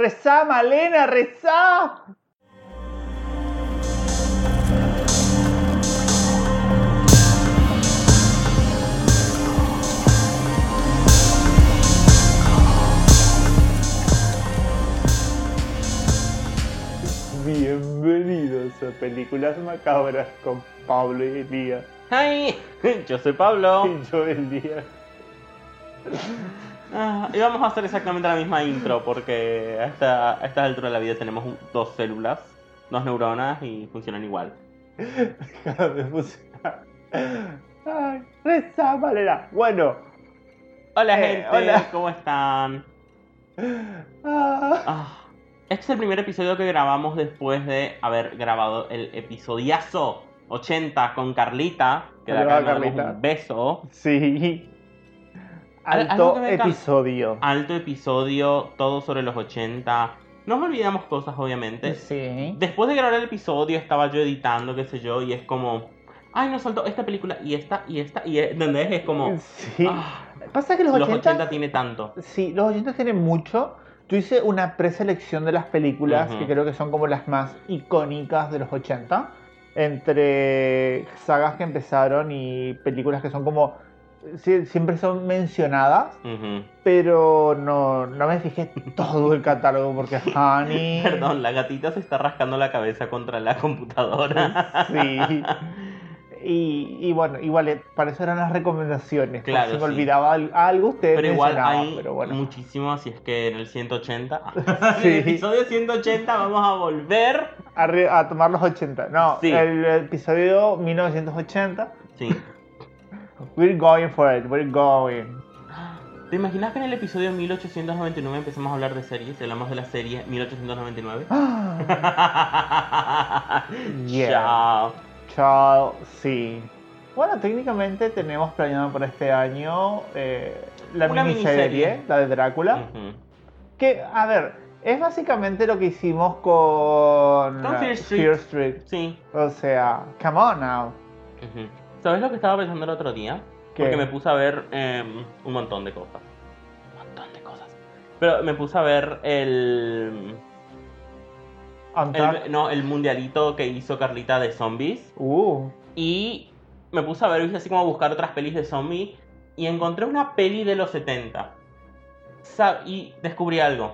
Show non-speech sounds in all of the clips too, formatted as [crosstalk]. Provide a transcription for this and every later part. Rezá, Malena, rezá. Bienvenidos a Películas Macabras con Pablo y Elías. [laughs] ¡Ay! Yo soy Pablo. Y yo Elías. [laughs] Ah, y vamos a hacer exactamente la misma intro porque a esta, a esta altura de la vida tenemos un- dos células, dos neuronas y funcionan igual. Cada vez música. Ay, rezá, Malena. Bueno. Hola Eh, gente, hola. [laughs] ¿cómo están? Ah. Ah, este es el primer episodio que grabamos después de haber grabado el episodiazo 80 con Carlita, que de Hola, acá le Carlita. damos un beso. Sí. Al- algo Alto que me encanta. episodio. Alto episodio, todo sobre los 80. Nos olvidamos cosas obviamente. Sí. Después de grabar el episodio estaba yo editando, qué sé yo, y es como, ay, nos saltó esta película y esta y esta y e-". ¿entendés? Es como, Sí. "Ah, Pasa que los, los 80, 80 tiene tanto. Sí, los 80 tienen mucho. Yo hice una preselección de las películas Ujú. que creo que son como las más icónicas de los 80. Entre sagas que empezaron y películas que son como. sí, Siempre son mencionadas, Ujú. pero no, no me fijé todo el catálogo porque, honey. Perdón, la gatita se está rascando la cabeza contra la computadora. Sí. Y, y bueno, igual, eh, para eso eran las recomendaciones. por Claro, si me sí. olvidaba al- algo, ustedes Pero igual mencionaban, hay pero bueno. muchísimo, así es que en el 180, [laughs] Sí. en el episodio 180 vamos a volver. A, re- a tomar los 80. No, Sí. el episodio 1980. Sí. We're going for it, we're [laughs] going. ¿Te imaginas que en el episodio 1899 empezamos a hablar de series? y Hablamos de la serie [laughs] 1899. Ah, Yeah. Chao. Chao, sí. Bueno, técnicamente tenemos planeado para este año eh, la Una miniserie, miniserie. la de Drácula. Ujú. Que, a ver, es básicamente lo que hicimos con, Con Fear eh, Street. Fear Street. Sí. O sea, come on now. Ujú. ¿Sabes lo que estaba pensando el otro día? ¿Qué? Porque me puse a ver em, un montón de cosas. Un montón de cosas. Pero me puse a ver el, I'm talk- el- no, el mundialito que hizo Carlita de zombies. Uh, Y me puse a ver, viste, así como a buscar otras pelis de zombies. Y encontré una peli de los 70. Sa- y descubrí algo.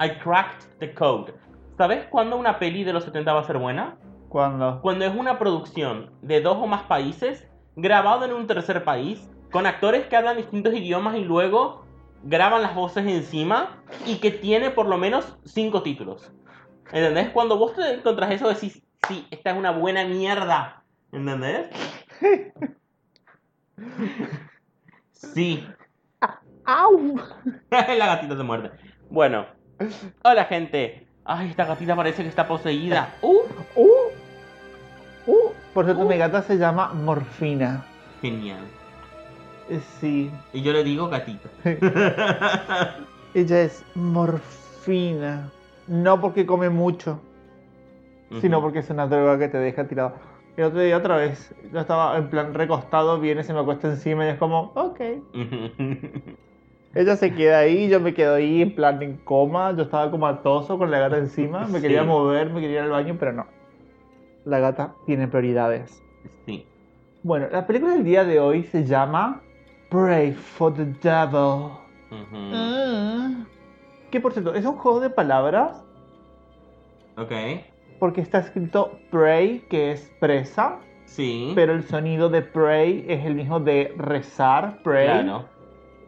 I cracked the code. ¿Sabes cuándo una peli de los 70 va a ser buena? ¿cuándo? cuando es una producción de dos o más países, grabado en un tercer país, con actores que hablan distintos idiomas y luego graban las voces encima y que tiene por lo menos cinco títulos. ¿Entendés? Cuando vos te encontrás eso decís, sí, esta es una buena mierda. ¿Entendés? Sí. [laughs] ¡Au! La gatita te muerde. Bueno. Hola gente. Ay, esta gatita parece que está poseída. ¡Uh! ¡Uh! ¡Uh! Por cierto, Uh. mi gata se llama Morfina. Genial. Eh, Sí, Y yo le digo gatita. ella es Morfina. No porque come mucho, sino Ujú. porque es una droga que te deja tirado. El otro día otra vez, yo estaba en plan recostado, viene, se me acuesta encima y es como, ok. Ella se queda ahí, yo me quedo ahí en plan en coma, yo estaba como atoso con la [laughs] gata encima, me Sí. quería mover, me quería ir al baño, pero no. La gata tiene prioridades. [laughs] sí. Bueno, la película del día de hoy se llama Pray for the Devil. Ujú. Que por cierto, es un juego de palabras Ok. porque está escrito pray, que es presa, Sí. pero ¿eh? el sonido de pray es el mismo de rezar, pray. Claro.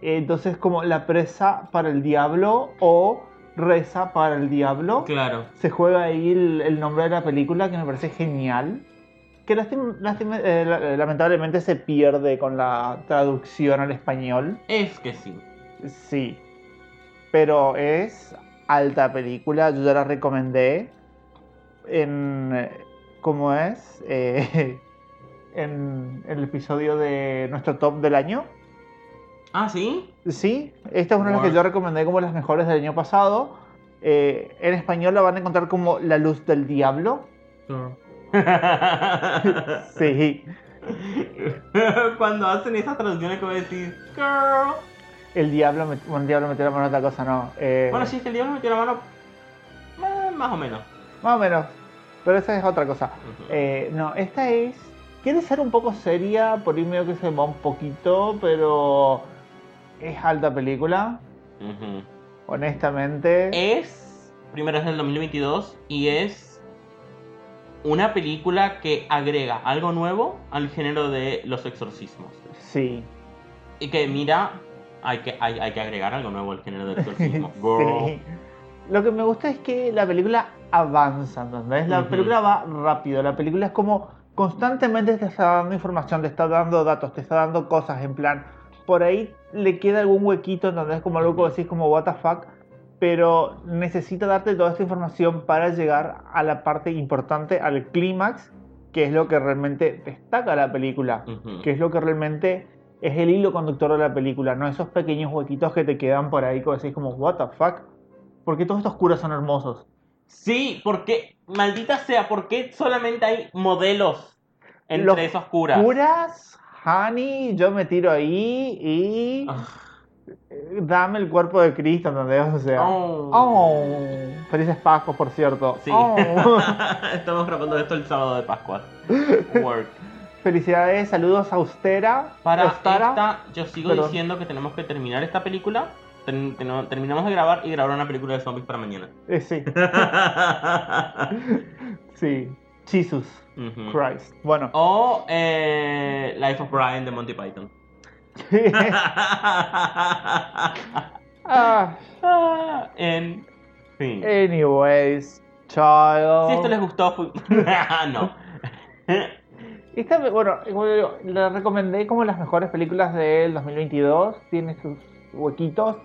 Entonces como la presa para el diablo o reza para el diablo. Claro. Se juega ahí el, el nombre de la película que me parece genial. Que lástima- lástima- eh, la- lamentablemente se pierde con la traducción al español. Es que sí. Sí. Pero es alta película, yo ya la recomendé en... eh, ¿Cómo es? Eh, [laughs] en el episodio de nuestro top del año. Ah, sí. Sí, esta es una de las que Bueno. yo recomendé como las mejores del año pasado. Eh, en español la van a encontrar como La Luz del [laughs] Diablo. Sí. Cuando hacen esas traducciones que vos decís, girl, el diablo, met- bueno, el diablo metió la mano en otra cosa, no. eh, Bueno, sí, es que el diablo metió la mano. eh, más o menos. Más o menos. Pero esa es otra cosa. Ujú. Eh, no, esta es. Quiere ser un poco seria, por ahí medio que se va un poquito, pero es alta película, Ujú. Eh. honestamente. Es. Primero es del 2022 y es. Una película que agrega algo nuevo al género de los exorcismos. Sí. Y que mira, hay que, hay, hay que agregar algo nuevo al género [laughs] del exorcismo. Girl. sí. Lo que me gusta es que la película avanza, ¿entendés? La Ujú. película va rápido, la película es como constantemente te está dando información, te está dando datos, te está dando cosas, en plan, por ahí le queda algún huequito, ¿entendés? Como algo que decís como what the fuck, pero necesita darte toda esta información para llegar a la parte importante, al clímax, que es lo que realmente destaca la película Ujú. que es lo que realmente es el hilo conductor de la película, no esos pequeños huequitos que te quedan por ahí, que decís como, what the fuck, ¿por qué todos estos curas son hermosos? Sí, porque, maldita sea, ¿por qué solamente hay modelos entre Los esos curas? Curas, honey, yo me tiro ahí y Ah. eh, dame el cuerpo de Cristo, ¿entendés? O sea, Oh. [laughs] oh, felices Pascos, por cierto. Sí. Oh. [laughs] Estamos grabando esto el sábado de Pascua. Work. Felicidades, saludos a Austera, Para Ostara. esta, yo sigo Perdón. diciendo que tenemos que terminar esta película. Ten- ten- terminamos de grabar y grabar una película de zombies [laughs] para mañana. Eh, sí, sí, Jesus Ujú. Christ. Bueno, O eh, Life of Brian de Monty Python. Oh. [laughs] Ah, [laughs] en fin. Eh, anyways, child. Si esto les gustó, fu- [laughs] no. Esta, bueno, como digo, la recomendé como las mejores películas del 2022. Tiene sus huequitos.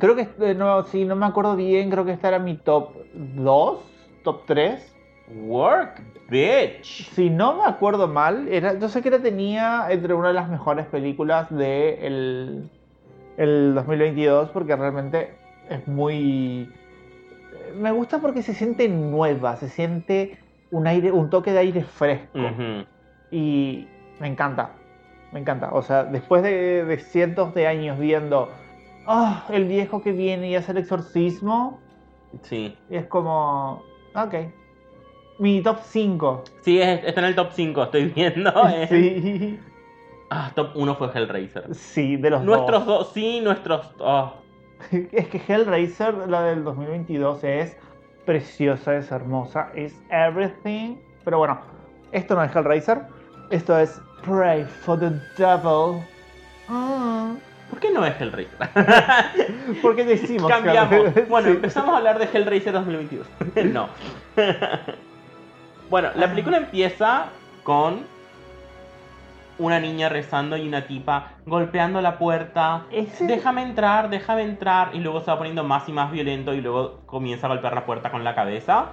Creo que, eh, no, si no me acuerdo bien, creo que esta era mi top 2, top 3. Work, bitch. Si no me acuerdo mal, era, yo sé que la tenía entre una de las mejores películas del el 2022 porque realmente es muy... Me gusta porque se siente nueva, se siente un, aire, un toque de aire fresco. Ujú. Y me encanta. Me encanta. O sea, después de, de cientos de años viendo. Ah, el viejo que viene y hace el exorcismo. Sí. Es como. Ok. Mi top 5. Sí, es- está en el top 5, estoy viendo. eh. [laughs] Sí. Ah, top 1 fue Hellraiser. Sí, de los Nuestros dos. [laughs] dos, sí, nuestros. ah. Es que Hellraiser, la del 2022, es preciosa, es hermosa, es everything. Pero bueno, esto no es Hellraiser. Esto es Pray for the Devil. Mm, ¿Por qué no es Hellraiser? ¿Por qué decimos Cambiamos. Hellraiser? [laughs] Bueno, Sí. empezamos a hablar de Hellraiser 2022. [laughs] no. bueno, la película empieza con una niña rezando y una tipa golpeando la puerta. Ese- Déjame entrar, déjame entrar. Y luego se va poniendo más y más violento y luego comienza a golpear la puerta con la cabeza.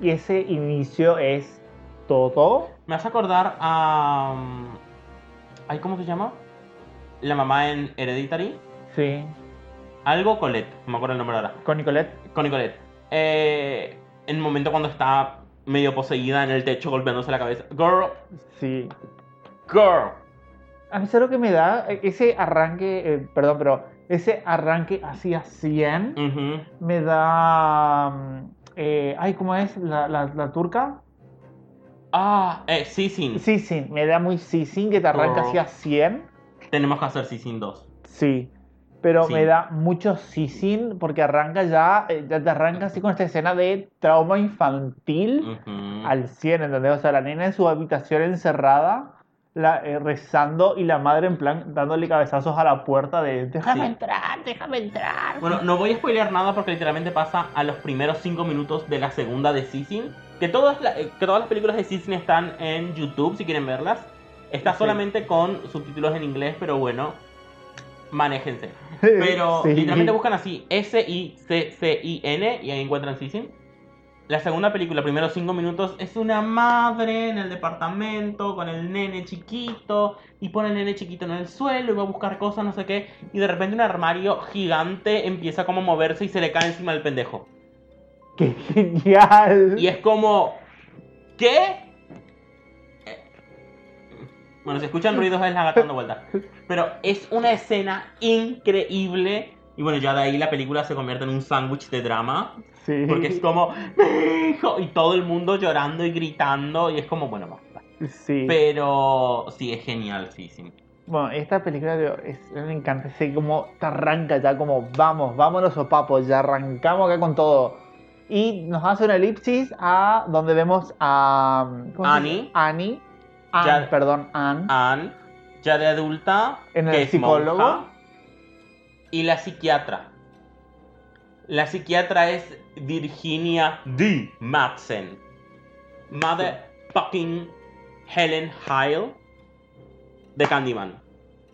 Y ese inicio es todo. Me hace acordar a... um, ay, ¿Cómo se llama? La mamá en Hereditary. Sí. Algo Colette. No me acuerdo el nombre ahora. Con Nicolette. Con Nicolette. Eh, en el momento cuando está medio poseída en el techo golpeándose la cabeza. Girl, Sí. girl. A mí lo que me da Eh, ese arranque, eh, perdón, pero ese arranque hacia 100 Ujú. me da... mm, eh, ay, ¿cómo es? ¿La, la, la turca? Ah, eh, sí, sí. Sí, sí, me da muy sí, sí, que te arranca Oh. hacia 100. Tenemos que hacer sí, sin dos. Sí. Pero Sí. me da mucho sisin porque arranca ya, eh, ya te arranca así con esta escena de trauma infantil. Ujú. al 100, ¿entendés? O sea, la nena en su habitación encerrada, la, eh, rezando y la madre en plan dándole cabezazos a la puerta de [laughs] déjame Sí. entrar, déjame entrar. Bueno, no voy a spoilear nada porque literalmente pasa a los primeros 5 minutos de la segunda de Season. Que, todas la- eh, que todas las películas de Season están en YouTube si quieren verlas. Está Sí. solamente con subtítulos en inglés, pero bueno, manéjense. Pero [laughs] Sí. literalmente buscan así S-I-C-C-I-N y ahí encuentran Season. La segunda película, primeros 5 minutos, es una madre en el departamento con el nene chiquito y pone el nene chiquito en el suelo y va a buscar cosas, no sé qué, y de repente un armario gigante empieza como a moverse y se le cae encima del pendejo. ¡Qué genial! Y es como, ¿qué? Eh, Bueno, si escuchan ruidos es la gata dando vueltas. Pero es una escena increíble. Y bueno, ya de ahí la película se convierte en un sándwich de drama. Sí. Porque es como, "Mi hijo", Y todo el mundo llorando y gritando. Y es como, bueno, basta. Sí. Pero sí, es genial, sí, sí. Bueno, esta película digo, es, a mí me encanta, así como te arranca ya, como vamos, vámonos o papos, ya arrancamos acá con todo. Y nos hace una elipsis a donde vemos a. ¿cómo se Annie. llama? Annie. Ann, Ya- Ah. perdón, Anne. Anne, ya de adulta, En el que es psicólogo. monja, y la psiquiatra. La psiquiatra es Virginia D. Madsen. Mother fucking Helen Hyle de Candyman.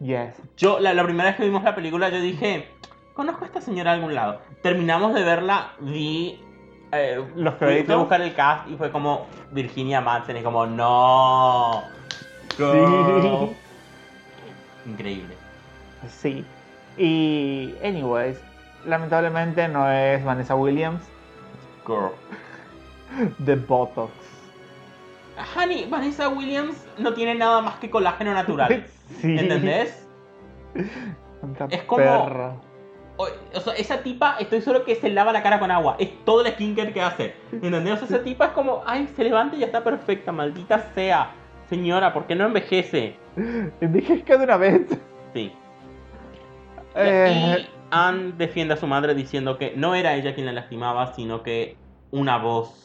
Yes. Yo, la, la primera vez que vimos la película, yo dije, conozco a esta señora de algún lado. Terminamos de verla, vi... eh, Los fui- fui a créditos. buscar el cast y fue como Virginia Madsen, y como, no. girl". Sí. Increíble. Sí. Y, anyways, lamentablemente no es Vanessa Williams [laughs] Girl. de Botox. Honey, Vanessa Williams no tiene nada más que colágeno [laughs] natural. [laughs] Sí. ¿Entendés? Tanta Es como- perra. [laughs] O, o sea, esa tipa, estoy seguro que se lava la cara con agua. Es todo el skincare que hace. ¿Entendés? O sea, esa tipa es como, ay, se levanta y ya está perfecta, maldita sea. Señora, ¿por qué no envejece? Dije que de una vez. [laughs] Sí. Eh, Y Anne defiende a su madre diciendo que no era ella quien la lastimaba, sino que una voz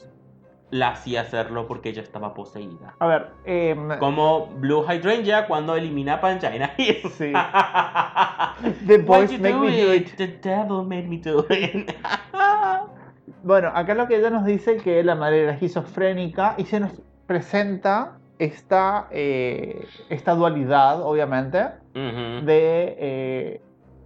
la hacía hacerlo porque ella estaba poseída. a ver, em, Como Blue Hydrangea cuando elimina a Pangina Hills. [laughs] Sí. [laughs] The Boys Why'd you Make Me Do It. [laughs] The devil made me do it. Bueno, acá lo que ella nos dice que la madre era esquizofrénica y se nos presenta esta, eh, esta dualidad, obviamente, Ujú. de eh,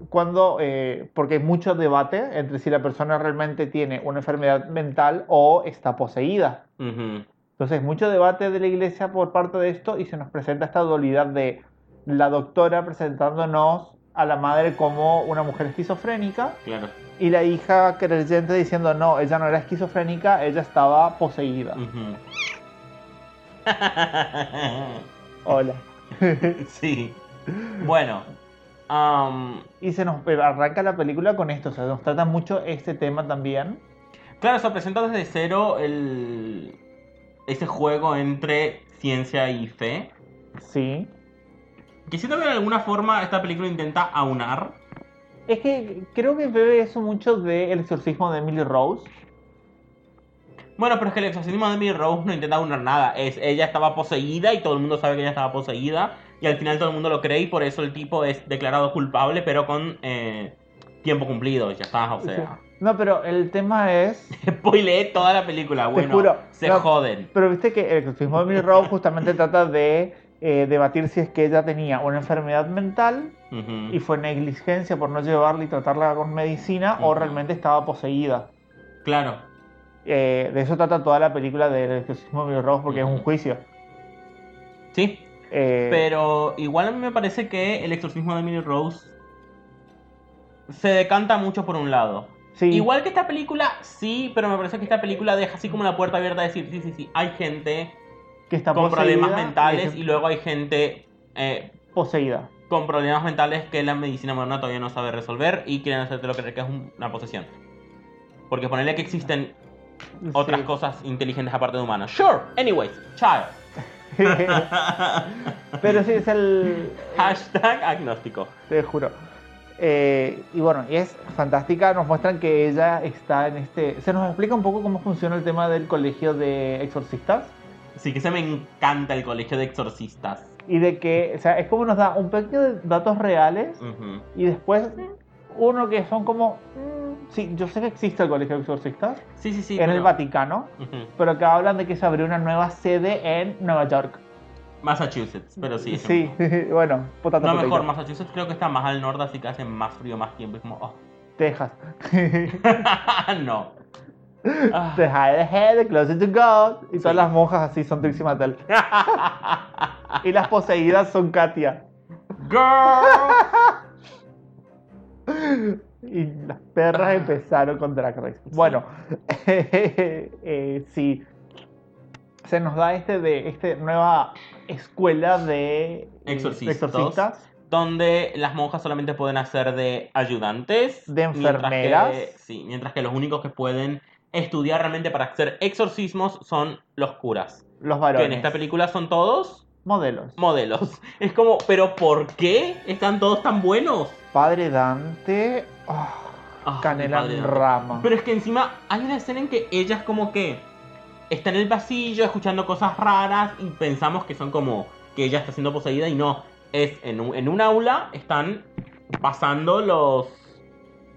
cuando, eh, porque hay mucho debate entre si la persona realmente tiene una enfermedad mental o está poseída. Ujú. Entonces, mucho debate de la iglesia por parte de esto y se nos presenta esta dualidad de la doctora presentándonos a la madre como una mujer esquizofrénica Claro. y la hija creyente diciendo no, ella no era esquizofrénica, ella estaba poseída. Ujú. Hola. [laughs] sí. Bueno. am, Y se nos eh, arranca la película con esto, o sea, nos trata mucho este tema también. claro, se presenta desde cero el, ese juego entre ciencia y fe. Sí. Que siento que de alguna forma esta película intenta aunar. Es que creo que bebe eso mucho del exorcismo de Emily Rose. Bueno, pero es que el exorcismo de Emily Rose no intenta aunar nada. Es, ella estaba poseída y todo el mundo sabe que ella estaba poseída. Y al final todo el mundo lo cree y por eso el tipo es declarado culpable, pero con eh, tiempo cumplido. Ya está, o sea. No, pero el tema es... Spoileé toda la película, bueno. juro, Se no. joden. Pero viste que el exorcismo de Emily Rose justamente trata de eh, debatir si es que ella tenía una enfermedad mental Ujú. y fue negligencia por no llevarla y tratarla con medicina o Ujú. realmente estaba poseída. Claro. Eh, de eso trata toda la película del exorcismo de Emily Rose porque es un Ujú. juicio. Sí. Eh, Pero igual a mí me parece que el exorcismo de Emily Rose se decanta mucho por un lado. sí, Igual que esta película, sí, pero me parece que esta película deja así como la puerta abierta a decir, sí, sí, sí, hay gente que está con problemas poseída, mentales es y luego hay gente eh, poseída. con problemas mentales que la medicina moderna todavía no sabe resolver y quieren hacértelo creer que es un- una posesión. Porque ponerle que existen otras Sí. cosas inteligentes aparte de humanos. Sure, anyways, child. [laughs] Pero sí, es el... Hashtag agnóstico. Te juro. Eh, y bueno, y es fantástica. Nos muestran que ella está en este. Se nos explica un poco cómo funciona el tema del colegio de exorcistas. Sí que se me encanta el colegio de exorcistas. Y de que, o sea, es como nos da un pequeño de datos reales Ujú. y después uno que son como. mm, Sí, yo sé que existe el colegio de exorcistas Sí, sí, sí. en el pero- Vaticano, Ujú. pero acá hablan de que se abrió una nueva sede en Nueva York. Massachusetts, pero sí. es Sí, [laughs] bueno, potata, No, mejor, potata. Massachusetts creo que está más al norte, así que hace más frío, más tiempo. Es como, oh. [laughs] Texas. [laughs] no. Ah. The higher the head, the closer to God. Y todas Sí. las monjas así son Trixie [laughs] Mattel. Y las poseídas son Katia. Girl. Y las Ah. perras [laughs] empezaron con Drag Race. Bueno, eh, sí. se nos da este de esta nueva escuela de eh, Exorcistas. exorcistas, Donde las monjas solamente pueden hacer de ayudantes. De mientras enfermeras. que- sí, mientras que los únicos que pueden estudiar realmente para hacer exorcismos son los curas. los Que varones, en esta película son todos modelos. modelos. [laughs] Es como, ¿pero por qué están todos tan buenos? Padre Dante, ah, Ah, mi canela padre, en no. rama. Pero es que encima hay una escena en que ella es como que está en el pasillo escuchando cosas raras y pensamos que son como que ella está siendo poseída y no. Es en un, en un aula están pasando los,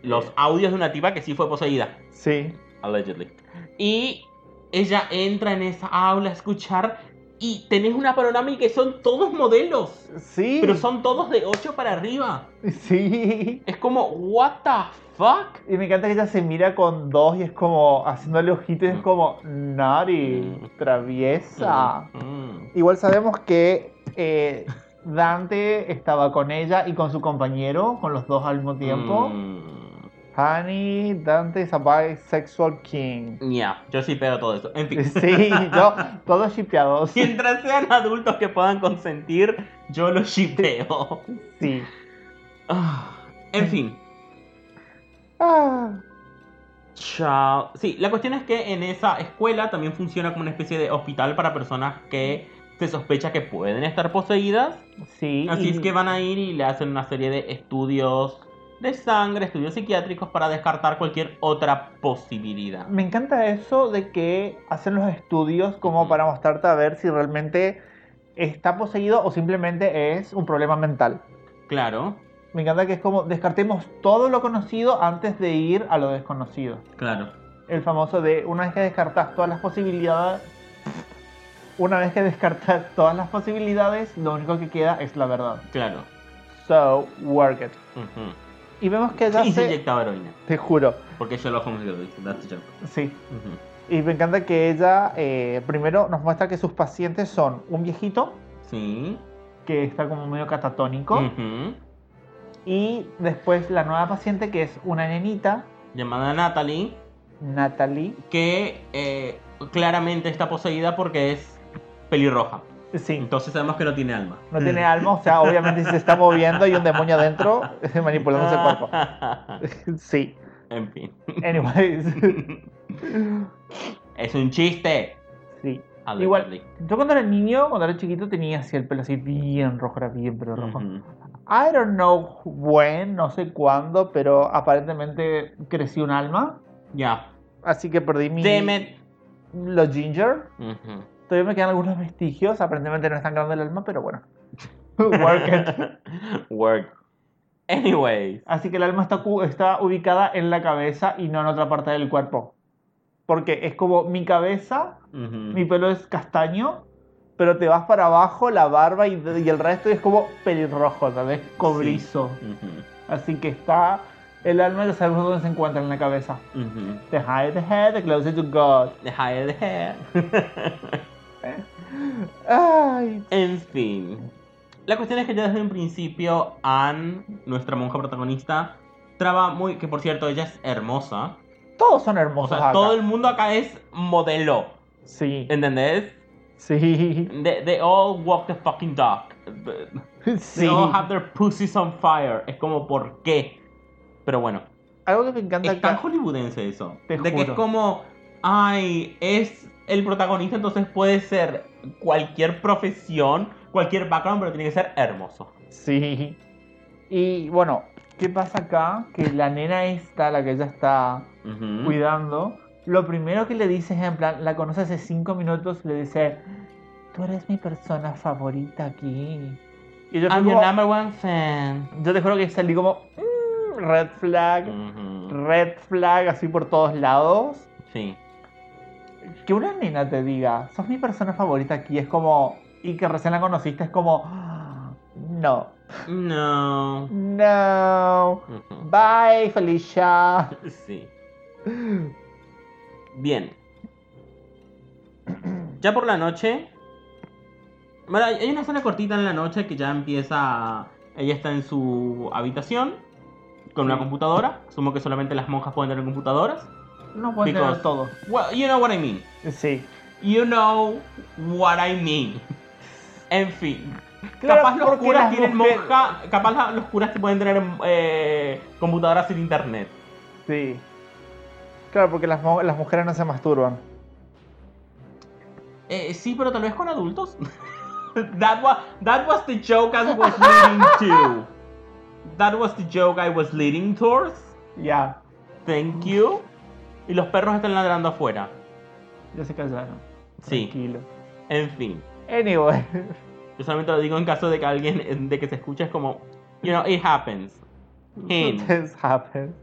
los audios de una tipa que sí fue poseída. Sí, Allegedly. Y ella entra en esa aula a escuchar y tenés una panorámica que son todos modelos. sí, Pero son todos de 8 para arriba. [laughs] sí. Es como, what the fuck? Y me encanta que ella se mira con dos y es como haciéndole ojitos y es Mm. como Nari, Mm. traviesa. Mm. Igual sabemos que eh, Dante estaba con ella y con su compañero, con los dos al mismo tiempo. Mm. Honey, Dante is a bisexual [laughs] king. Ya, yo sí pego todo eso. [laughs] En fin. [laughs] Sí, yo, todos shipeados. Mientras sean adultos que puedan consentir, yo lo shipeo. Sí. Ah, en fin. Ah, Chao. Sí, la cuestión es que en esa escuela también funciona como una especie de hospital para personas que se sospecha que pueden estar poseídas. sí. Así y- es que van a ir y le hacen una serie de estudios de sangre, estudios psiquiátricos para descartar cualquier otra posibilidad. Me encanta eso de que hacen los estudios como para mostrarte a ver si realmente está poseído o simplemente es un problema mental. Claro, Me encanta que es como descartemos todo lo conocido antes de ir a lo desconocido. claro. El famoso de una vez que descartas todas las posibilidades, una vez que descartas todas las posibilidades, lo único que queda es la verdad. Claro. So, work it. Ujú. Y vemos que ella Y se se... inyectaba heroína. Te juro, Porque Sherlock Holmes lo dice, that's the joke. sí. Ujú. Y me encanta que ella eh, primero nos muestra que sus pacientes son un viejito Sí. que está como medio catatónico Ujú. y después la nueva paciente que es una nenita, Llamada Natalie, Natalie. que eh, claramente está poseída porque es pelirroja. Sí, Entonces sabemos que no tiene alma. no tiene alma, o sea, obviamente si se está moviendo y un demonio adentro [laughs] manipulando ese cuerpo. Sí, [laughs] en fin. [laughs] anyways. [laughs] Es un chiste. Sí. A Igual, Yo cuando era niño, cuando era chiquito, tenía así el pelo así bien rojo, era bien pero rojo. I don't know when, no sé cuándo, pero aparentemente crecí un alma. Ya. Así que perdí mi... Damn it. Los ginger. Ujú. Todavía me quedan algunos vestigios. Aparentemente no es tan grande el alma, pero bueno. [laughs] Work it. [laughs] Work. Anyways. Así que el alma está, cu- está ubicada en la cabeza y no en otra parte del cuerpo. Porque es como mi cabeza, Ujú. mi pelo es castaño, pero te vas para abajo, la barba y, y el resto y es como pelirrojo, ¿sabes? Cobrizo. Ujú. Así que está el alma, ya sabemos dónde se encuentra en la cabeza. Ujú. The higher the head, the closer to God. The higher the hair. Ay, En fin. La cuestión es que ya desde un principio Anne, nuestra monja protagonista, traba muy... Que por cierto, ella es hermosa. todos son O hermosos sea, acá. todo el mundo acá es modelo. Sí, ¿Entendés? [laughs] sí, They, they all walk the fucking dog. They sí. all have their pussies on fire. Es como, ¿por qué? Pero bueno. Algo que me encanta Es tan acá. hollywoodense eso. Te de que es juro. como, ay, es el protagonista, entonces puede ser cualquier profesión, cualquier background, pero tiene que ser hermoso. Sí. Y bueno, ¿qué pasa acá? Que la nena esta, la que ella está Ujú. cuidando, lo primero que le dice es en plan, la conoce hace cinco minutos, le dice, tú eres mi persona favorita aquí. Y yo, fui I'm your como- number one fan. yo te juro que salí como, "Mm, red flag, red flag, así por todos lados. Sí. Que una nena te diga, sos mi persona favorita aquí, es como, y que recién la conociste, es como, "Ah, no, No. no. Bye, Felicia. Sí. Bien. Ya por la noche. Bueno, hay hay una escena cortita en la noche que ya empieza. Ella está en su habitación con una computadora. Asumo que solamente las monjas pueden tener computadoras. No pueden tener Because- todo. Well, you know what I mean. Sí. You know what I mean. [laughs] En fin. Claro, capaz los porque curas las tienen mujeres- mosca. Capaz la- los curas te pueden tener eh, computadoras sin internet. Sí. Claro, porque las, mo- las mujeres no se masturban. Eh, sí, pero tal vez con adultos. [laughs] that, was, that was the joke I [laughs] was leading to. That was the joke I was leading towards. Ya. Thank you. Y los perros están ladrando afuera. Ya se callaron. Sí, Tranquilo. en fin. Anyway. Yo solamente lo digo en caso de que alguien, de que se escuche es como, you know, it happens. [laughs] Him. This happens.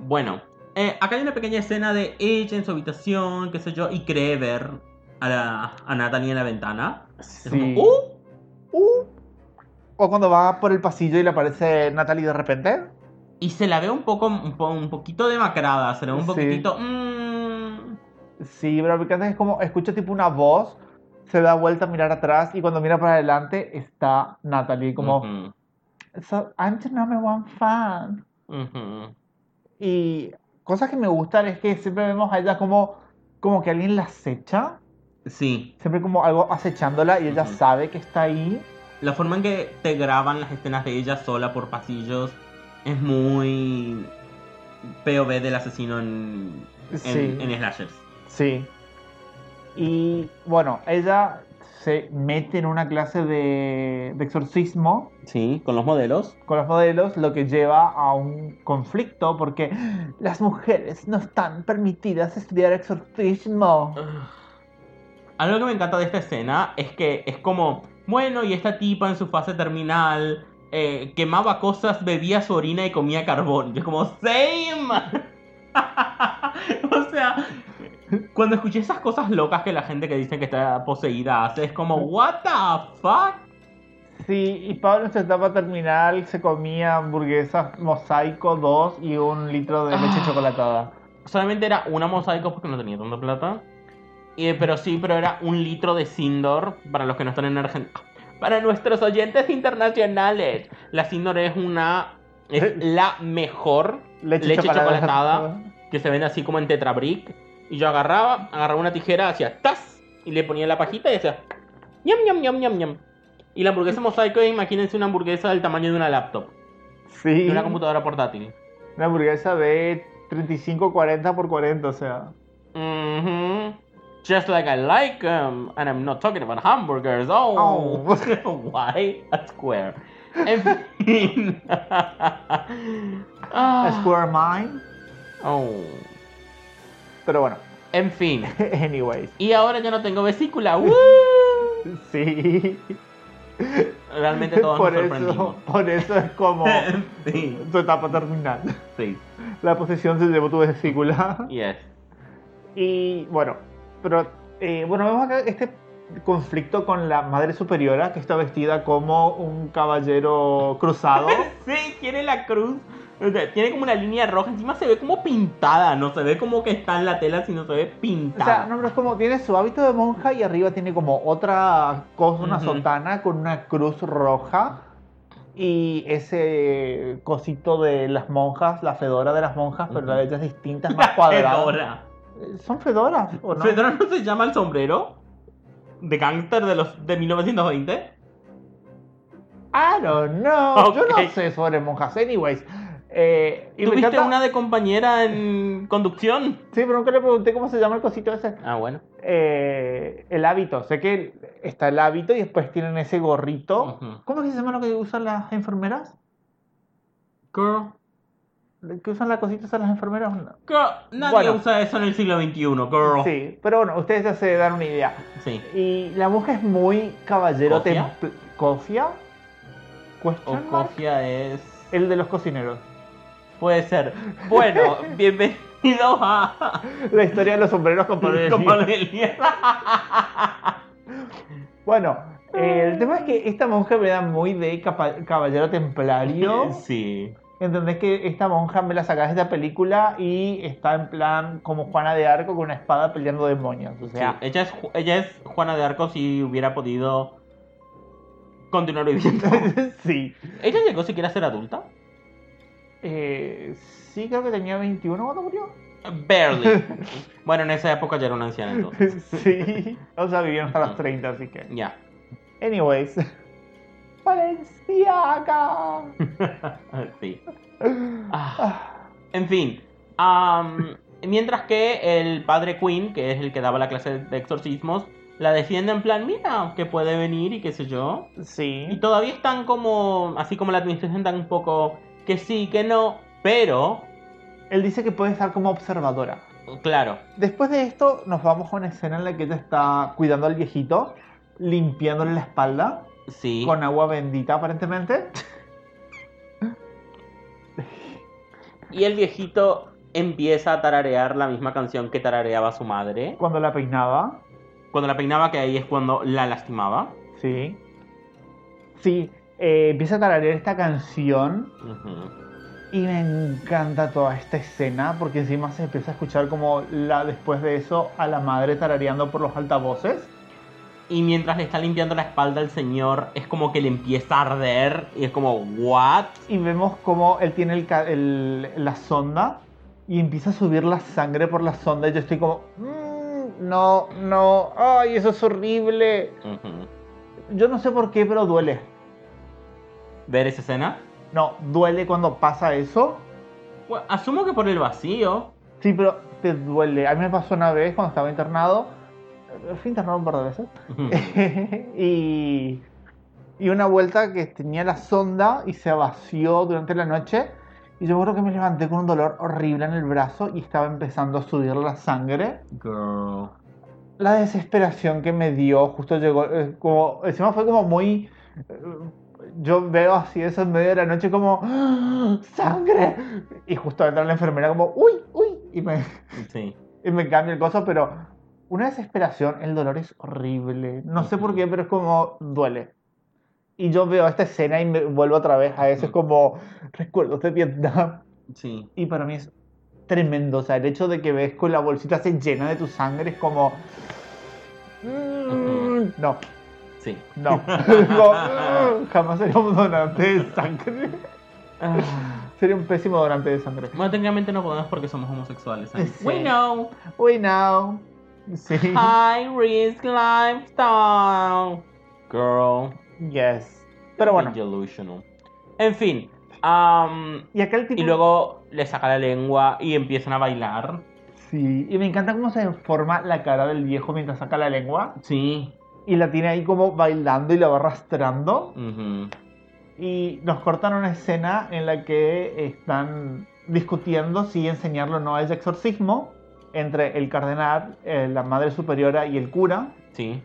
Bueno, eh, acá hay una pequeña escena de ella en su habitación, qué sé yo, y cree ver a, la- a Natalie en la ventana. Es Sí. como, ¡uh! Uh. O cuando va por el pasillo y le aparece Natalie de repente. Y se la ve un poco, un, po- un poquito demacrada, se la ve un Sí. poquitito, mmm, Sí, pero lo que hace es como escucha tipo una voz, se da vuelta a mirar atrás y cuando mira para adelante está Natalie como ujú, "So, I'm the number one fan. ujú. Y cosas que me gustan es que siempre vemos a ella como, como que alguien la acecha, Sí, siempre como algo acechándola y ella Ujú. sabe que está ahí. la forma en que te graban las escenas de ella sola por pasillos es muy POV del asesino en, en- Sí, en slashers. sí. Y bueno, ella se mete en una clase de, de exorcismo Sí, con los modelos. con los modelos, lo que lleva a un conflicto porque las mujeres no están permitidas estudiar exorcismo. Ah. Algo que me encanta de esta escena es que es como, bueno, y esta tipa en su fase terminal eh, quemaba cosas, bebía su orina y comía carbón. Yo como, same. [laughs] o sea, cuando escuché esas cosas locas que la gente que dice que está poseída hace, es como, what the fuck? Sí, y Pablo en su etapa terminal se comía hamburguesas mosaico 2 y un litro de leche Ah. chocolatada. Solamente era una mosaico porque no tenía tanta plata. Y, pero sí, pero era un litro de Sindor para los que no están en Argentina. Para nuestros oyentes internacionales, la Sindor es una. Es Eh. la mejor Leche chocolatada. que se vende así como en Tetra Brick. Y yo agarraba, agarraba una tijera, hacía ¡tas! Y le ponía la pajita y hacía ñam, ñam, ñam, ñam, ñam. Y la hamburguesa mosaico, imagínense una hamburguesa del tamaño de una laptop, Sí, de una computadora portátil. una hamburguesa de 35, 40 por 40, o sea. Mhm. Just like I like 'em, and I'm not talking about hamburgers. Oh, [laughs] why a square? En [laughs] fin. Ah. A square mine. Oh. Pero bueno, [laughs] En fin. anyways. Y ahora yo no tengo [laughs] vesícula. ¡Woo! Sí. Realmente todos por eso, nos [laughs] sorprendimos. por eso es como [laughs] sí, tu etapa terminal. sí. La posesión se llevó tu vesícula. Yes. Y bueno, pero eh, bueno, vemos acá este conflicto con la madre superiora que está vestida como un caballero [laughs] cruzado. Sí, tiene la cruz. O sea, tiene como una línea roja. Encima se ve como pintada. No se ve como que está en la tela, sino se ve O sea, pintada. no, pero es como tiene su hábito de monja y arriba tiene como otra cosa, una Ujú. sotana con una cruz roja y ese cosito de las monjas, la fedora de las monjas, pero Ujú. la de ellas distintas, [laughs] más cuadrada. Fedora. Eh, ¿Son fedoras o no? ¿Fedora no se llama el sombrero? ¿De gángster de los de 1920? I don't know. Yo no Ok. sé sobre monjas. Anyways. Eh, y me ¿Tuviste encanta- una de compañera en conducción? Sí, pero nunca le pregunté cómo se llama el cosito ese. Ah, bueno. Eh, el hábito. Sé que está el hábito y después tienen ese gorrito. Ujú. ¿Cómo es que se llama lo que usan las enfermeras? Girl. ¿Que usan la cosita usan las enfermeras? No. Girl. Nadie Bueno. usa eso en el siglo XXI, girl. Sí, pero bueno, ustedes ya se dan una idea. Sí. Y la monja es muy caballero ¿Cofia? templ- ¿Cofia? O ¿Question mark? cofia es. El de los cocineros. Puede ser. [laughs] Bueno, bienvenido a. La historia de los sombreros con Pablo Con Neruda. Pablo Neruda. Bueno, eh, el tema es que esta monja me da muy de capa- caballero templario. Sí. ¿Entendés que esta monja me la sacás de esta película y está en plan como Juana de Arco con una espada peleando demonios? O sí. sea, [laughs] Ella, es, Ju- ella es Juana de Arco si hubiera podido continuar viviendo. sí. ¿Ella llegó siquiera a ser adulta? Eh, sí, creo que tenía 21 cuando murió. [laughs] Barely. bueno, en esa época ya era una anciana entonces. sí. O sea, vivieron hasta los 30, así que. Ya. Anyways. Valenciaga. sí. Ah, en fin. am, mientras que el padre Quinn, que es el que daba la clase de exorcismos, la defiende en plan, mira, que puede venir y qué sé yo. Y Sí. todavía están como, así como la administración tan un poco que sí, que no, pero, Él dice que puede estar como observadora. claro, Después de esto, nos vamos a una escena en la que ella está cuidando al viejito, limpiándole la espalda sí. con agua bendita, aparentemente. Y el viejito empieza a tararear la misma canción que tarareaba su madre. Cuando la peinaba. Cuando la peinaba, que ahí es cuando la lastimaba. Sí. Sí. eh, empieza a tararear esta canción Ujú. y me encanta toda esta escena porque encima se empieza a escuchar como la después de eso a la madre tarareando por los altavoces. Y mientras le está limpiando la espalda al señor, es como que le empieza a arder. Y es como, ¿what? y vemos como él tiene el ca- el- la sonda y empieza a subir la sangre por la sonda y yo estoy como, "Mm, no, no, ay, eso es horrible. Ujú. Yo no sé por qué, pero duele. ¿Ver esa escena? No, duele cuando pasa eso. Bueno, asumo que por el vacío. Sí, pero te duele. A mí me pasó una vez cuando estaba internado. Fui internado un par de veces. Ujú. [laughs] y, y una vuelta que tenía la sonda y se vació durante la noche. Y yo creo que me levanté con un dolor horrible en el brazo y estaba empezando a subir la sangre. [laughs] Girl. La desesperación que me dio, justo llegó, eh, como, encima fue como muy... eh, Yo veo así eso en medio de la noche como ¡Ah! sangre. Y justo entra la enfermera como uy, uy. Y me, Sí. y me cambia el coso, pero una desesperación, el dolor es horrible. No sé por qué, pero es como duele. Y yo veo esta escena y me vuelvo otra vez a eso, es como recuerdos de Vietnam. Sí. Y para mí es tremendo, o sea, el hecho de que ves con la bolsita se llena de tu sangre es como... mm, No, Sí. [laughs] no. Como, mm, jamás sería un donante de sangre. Ah. Sería un pésimo donante de sangre. Bueno, técnicamente no podemos porque somos homosexuales. ¿eh? Sí. We know. We now. Sí. High risk lifestyle. Girl. Yes. Pero bueno. Delusional. En fin. am, Y acá el tipo... y luego le saca la lengua y empiezan a bailar. Sí, y me encanta cómo se forma la cara del viejo mientras saca la lengua Sí. y la tiene ahí como bailando y la va arrastrando. Ujú. Y nos cortan una escena en la que están discutiendo si enseñarlo o no es exorcismo entre el cardenal, eh, la madre superiora y el cura. Sí.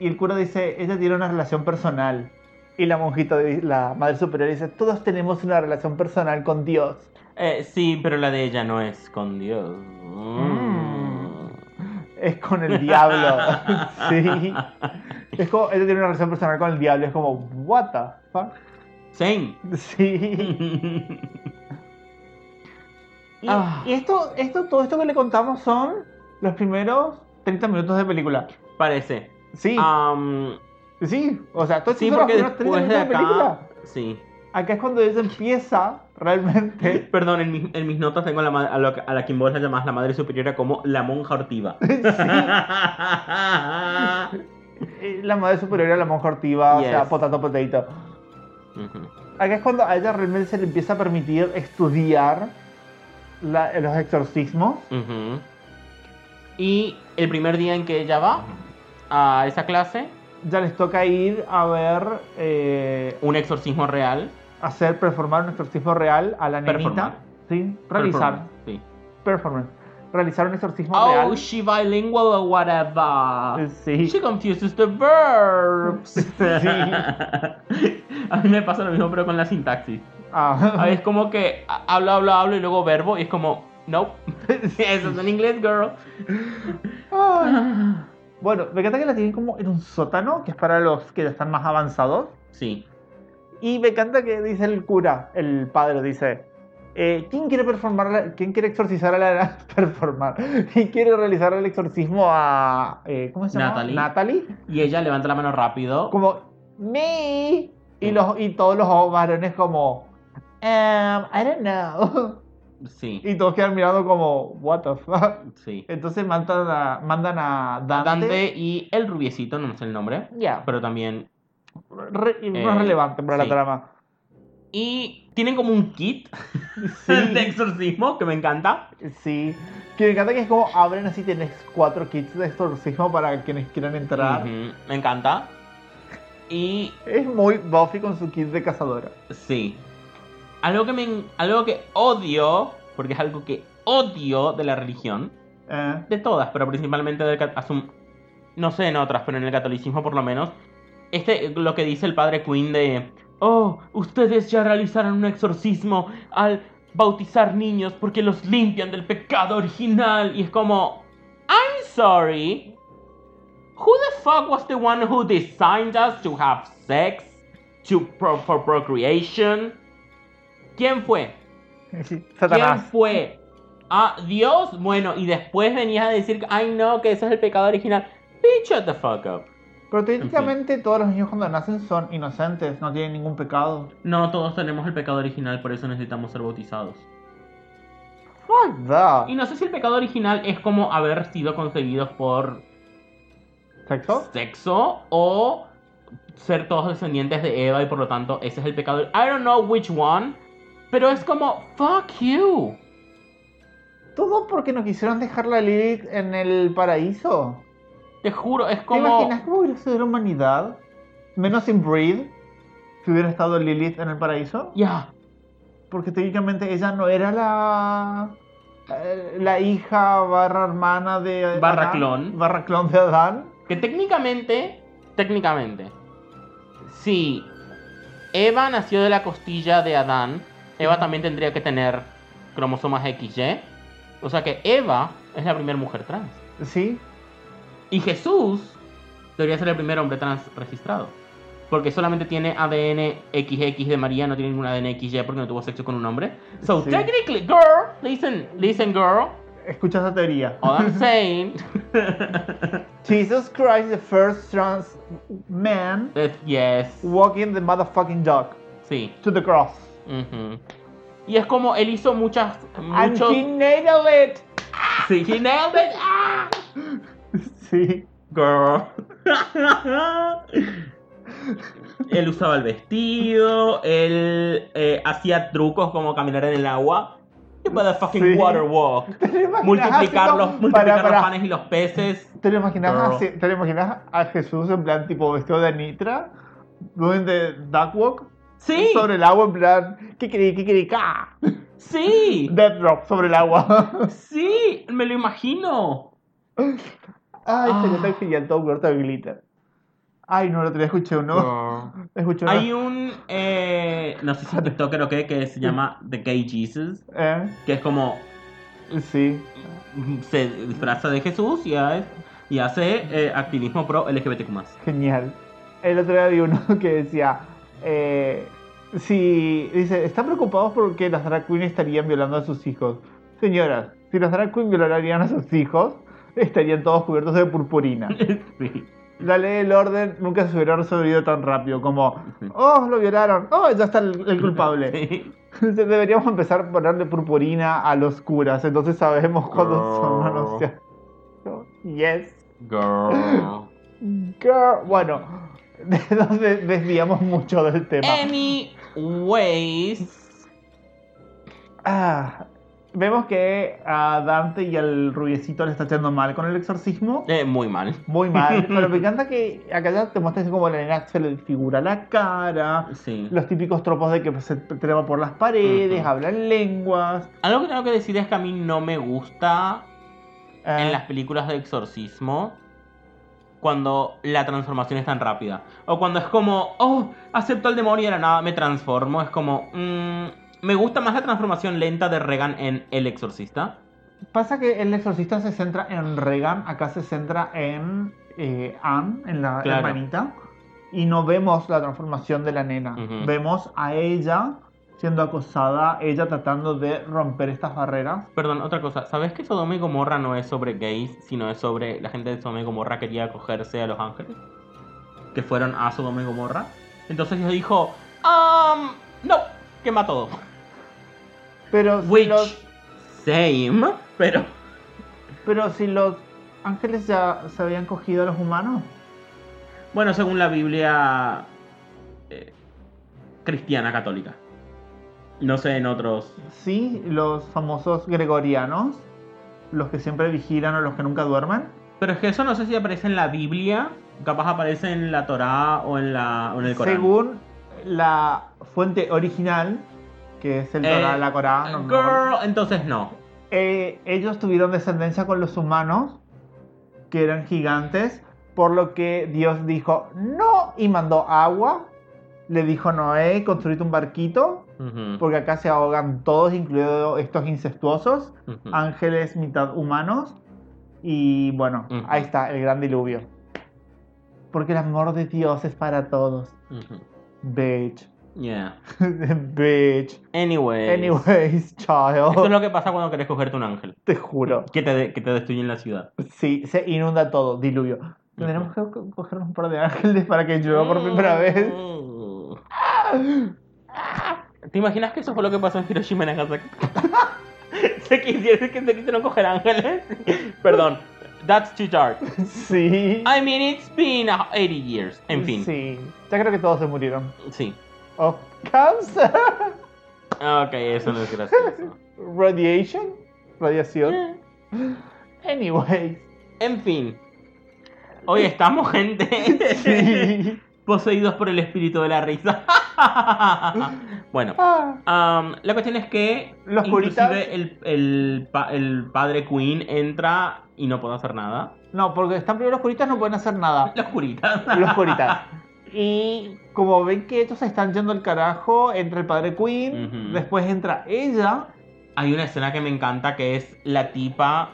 Y el cura dice, ella tiene una relación personal. Y la monjita, di- la madre superiora dice, todos tenemos una relación personal con Dios. Eh, sí, pero la de ella no es con Dios. Mm. Es con el diablo. [laughs] sí. Es como, ella tiene una relación personal con el diablo, es como, what the fuck. Same. [laughs] Sí. Y, Ah. y esto, esto, todo esto que le contamos son los primeros 30 minutos de película. Parece. Sí, Am, sí. O sea, todo esto sí, son los porque primeros 30 después de minutos de acá. película. Sí. Acá es cuando ella empieza [laughs] realmente. Perdón, en mis, en mis notas tengo a la, ma- a, lo que- a la que vos la llamás la madre superiora como la [laughs] monja ortiva. Eh, La madre superior a la monja ortiva, o sea, Yes. potato potato. [laughs] Ujú. Acá es cuando a ella realmente se le empieza a permitir estudiar la- los exorcismos. Ujú. Y el primer día en que ella va a esa clase, Ya les toca ir a ver eh, un exorcismo real. hacer performar un exorcismo real a la nenita. Performar. Sí, realizar. Performance, Sí. Performance. Realizar un exorcismo Oh, real. Eh, she bilingual or whatever. [laughs] Sí. She confuses the verbs. Sí. [laughs] A mí me pasa lo mismo, pero con la sintaxis. Ah, [laughs] Ah, Es como que a- hablo, hablo, hablo y luego verbo y es como, nope. [laughs] Eso es en inglés, girl. ay. Bueno, me encanta que la tienen como en un sótano, que es para los que ya están más avanzados. Sí. Y me encanta que dice el cura, el padre dice, eh, ¿quién quiere performar, la- quién quiere exorcizar a la [laughs] performar? ¿Quién quiere realizar el exorcismo a, eh, ¿cómo se llama? Natalie. Natalie. Y ella levanta la mano rápido. como me y los y todos los varones como "Em, I don't "Um, know [laughs] Sí, Y todos quedan mirando como, what the fuck. sí. Entonces mandan a, mandan a Dante. Dante y el rubiecito, no sé el nombre, Ya. pero también... re- no Eh, es relevante para sí. la trama. Y tienen como un kit [laughs] de Sí, exorcismo, que me encanta. sí. Que me encanta que es como abren así, tenés cuatro kits de exorcismo para quienes quieran entrar. Ujú, me encanta. Y Es muy Buffy con su kit de cazadora. Sí. Algo que, me, en- algo que odio, porque es algo que odio de la religión, Eh, de todas, pero principalmente del ca- asum- no sé en otras, pero en el catolicismo por lo menos, este lo que dice el padre Quinn de, "Oh, ustedes ya realizaron un exorcismo al bautizar niños porque los limpian del pecado original" y es como, "I'm sorry. Who the fuck was the one who designed us to have sex to pro- for procreation?" ¿Quién fue? ¿Quién Satanás. fue? Ah, Dios. Bueno, y después venías a decir, ay no, que ese es el pecado original. Bitch, shut the fuck up. Pero técnicamente todos los niños cuando nacen son inocentes, no tienen ningún pecado. No, todos tenemos el pecado original, por eso necesitamos ser bautizados. Fuck that. Y no sé si el pecado original es como haber sido concebidos por ¿Sexo? sexo o ser todos descendientes de Eva y por lo tanto ese es el pecado. I don't know which one, pero es como, fuck you. Todo porque no quisieron dejar la Lilith en el paraíso. Te juro, es ¿Te como... imaginas cómo hubiera sido la humanidad? Menos sin Breed, si hubiera estado Lilith en el paraíso. Ya, Porque técnicamente ella no era la. eh, La hija barra hermana de. Barra Adán, clon. Barra clon de Adán. Que técnicamente, técnicamente, si Eva nació de la costilla de Adán, Eva también tendría que tener cromosomas XY. O sea que Eva es la primera mujer trans. Sí. Y Jesús debería ser el primer hombre trans registrado. Porque solamente tiene ADN XX de María, no tiene ningún ADN XY porque no tuvo sexo con un hombre. So Sí. technically, girl, listen, listen, girl. Escucha esa teoría. All I'm saying Jesus Christ, the first trans man is yes. walking the motherfucking dog Sí. to the cross. Ujú. Y es como él hizo muchas. And Muchos. he nailed it. Sí, he nailed it. Ah. Sí. Girl. [laughs] él usaba el vestido, él eh, hacía trucos como caminar en el agua. Y motherfucking Sí. [laughs] water walk. [laughs] ¿Te lo imaginas Multiplicar, así los, como- multiplicar Pará, pará. los panes y los peces. ¿Te lo, imaginas Girl. así- ¿Te lo imaginas a Jesús en plan tipo vestido de Nitra? Durante Duck Walk? Sí, Sobre el agua en plan... Kikiri, kikiri, ka. sí, Dead Drop sobre el agua. sí, me lo imagino. [laughs] Ay, Ah. se le está genial un corto de glitter. Ay, no, lo otro día escuché uno. Girl. Escuché uno. Hay un, eh, no sé si TikToker o qué, que se llama The Gay Jesus, Eh, que es como sí. se disfraza de Jesús y, ha- y hace eh, activismo pro LGBTQ+. Genial. El otro día vi uno [laughs] que decía, eh, si, dice, están preocupados porque las drag queens estarían violando a sus hijos. Señoras, si las drag queens violarían a sus hijos, estarían todos cubiertos de purpurina. Sí. La ley del orden nunca se hubiera resolvido tan rápido como, oh, lo violaron, oh, ya está el, el culpable. [laughs] [laughs] Sí. Entonces, Deberíamos empezar a ponerle purpurina a los curas, entonces sabemos cuándo son anunciados. Yes. Girl. Girl, bueno, [laughs] nos de- desviamos mucho del tema. Eh. Anyways. Ah, vemos que a Dante y al rubiecito le está echando mal con el exorcismo. Eh, muy mal. Muy [laughs] mal, pero me encanta que acá ya te muestras como la nena se le figura la cara, Sí. los típicos tropos de que se trema por las paredes, Ujú. hablan lenguas. Algo que tengo que decir es que a mí no me gusta eh, en las películas de exorcismo cuando la transformación es tan rápida. O cuando es como, oh, acepto al demonio y de la nada me transformo. Es como, mm, me gusta más la transformación lenta de Regan en El Exorcista. Pasa que el exorcista se centra en Regan, acá se centra en eh, Anne, en la Claro. hermanita, y no vemos la transformación de la nena. Ujú. Vemos a ella siendo acosada, ella tratando de romper estas barreras. Perdón, otra cosa. ¿Sabes que Sodoma y Gomorra no es sobre gays, sino es sobre la gente de Sodoma y Gomorra quería acogerse a los ángeles? Que fueron a Sodoma y Gomorra. Entonces Dios dijo, um, no, quema todo. Pero si Which los, Same, pero. Pero si los ángeles ya se habían cogido a los humanos. Bueno, según la Biblia eh, cristiana católica. No sé en otros. Sí, los famosos gregorianos, los que siempre vigilan o los que nunca duermen. Pero es que eso no sé si aparece en la Biblia, capaz aparece en la Torá o en, la, o en el Corán. Según la fuente original, que es el Eh, Torá, la Corá, no me acuerdo. Girl, entonces no. Eh, ellos tuvieron descendencia con los humanos, que eran gigantes, por lo que Dios dijo no y mandó agua. Le dijo a Noé, construite un barquito, Ujú, porque acá se ahogan todos, incluidos estos incestuosos, ujú. ángeles mitad humanos. Y bueno, Ujú. ahí está, el gran diluvio. Porque el amor de Dios es para todos. Ujú. Bitch. Yeah. [laughs] Bitch. Anyways. Anyways, [laughs] child. Esto es lo que pasa cuando querés cogerte un ángel. Te juro. Que te, de- que te destruyen la ciudad. Sí, se inunda todo, diluvio. Tendremos que co- coger un par de ángeles para que llueva por Mm. primera vez. [laughs] ¿Te imaginas que eso fue lo que pasó en Hiroshima y Nagasaki? [laughs] se quisieron que se quisieron coger ángeles. Perdón. That's too dark. Sí. I mean, it's been 80 years. Ah, En fin. Sí. Ya creo que todos se murieron. sí. Of [laughs] cancer. Ok, eso no es [laughs] gracioso. Radiation. Radiación. Eh, [laughs] Anyways. En fin. Hoy estamos, gente. Sí. [laughs] Poseídos por el espíritu de la risa. [laughs] bueno. Ah. Am, la cuestión es que Los inclusive puritanos- el, el pa- el padre Queen entra y no puede hacer nada. No, porque están primero los curitas, no pueden hacer nada. Los puritas. Los curitas. Y como ven que ellos se están yendo al carajo, entra el padre Queen, Ujú. después entra ella. Hay una escena que me encanta que es la tipa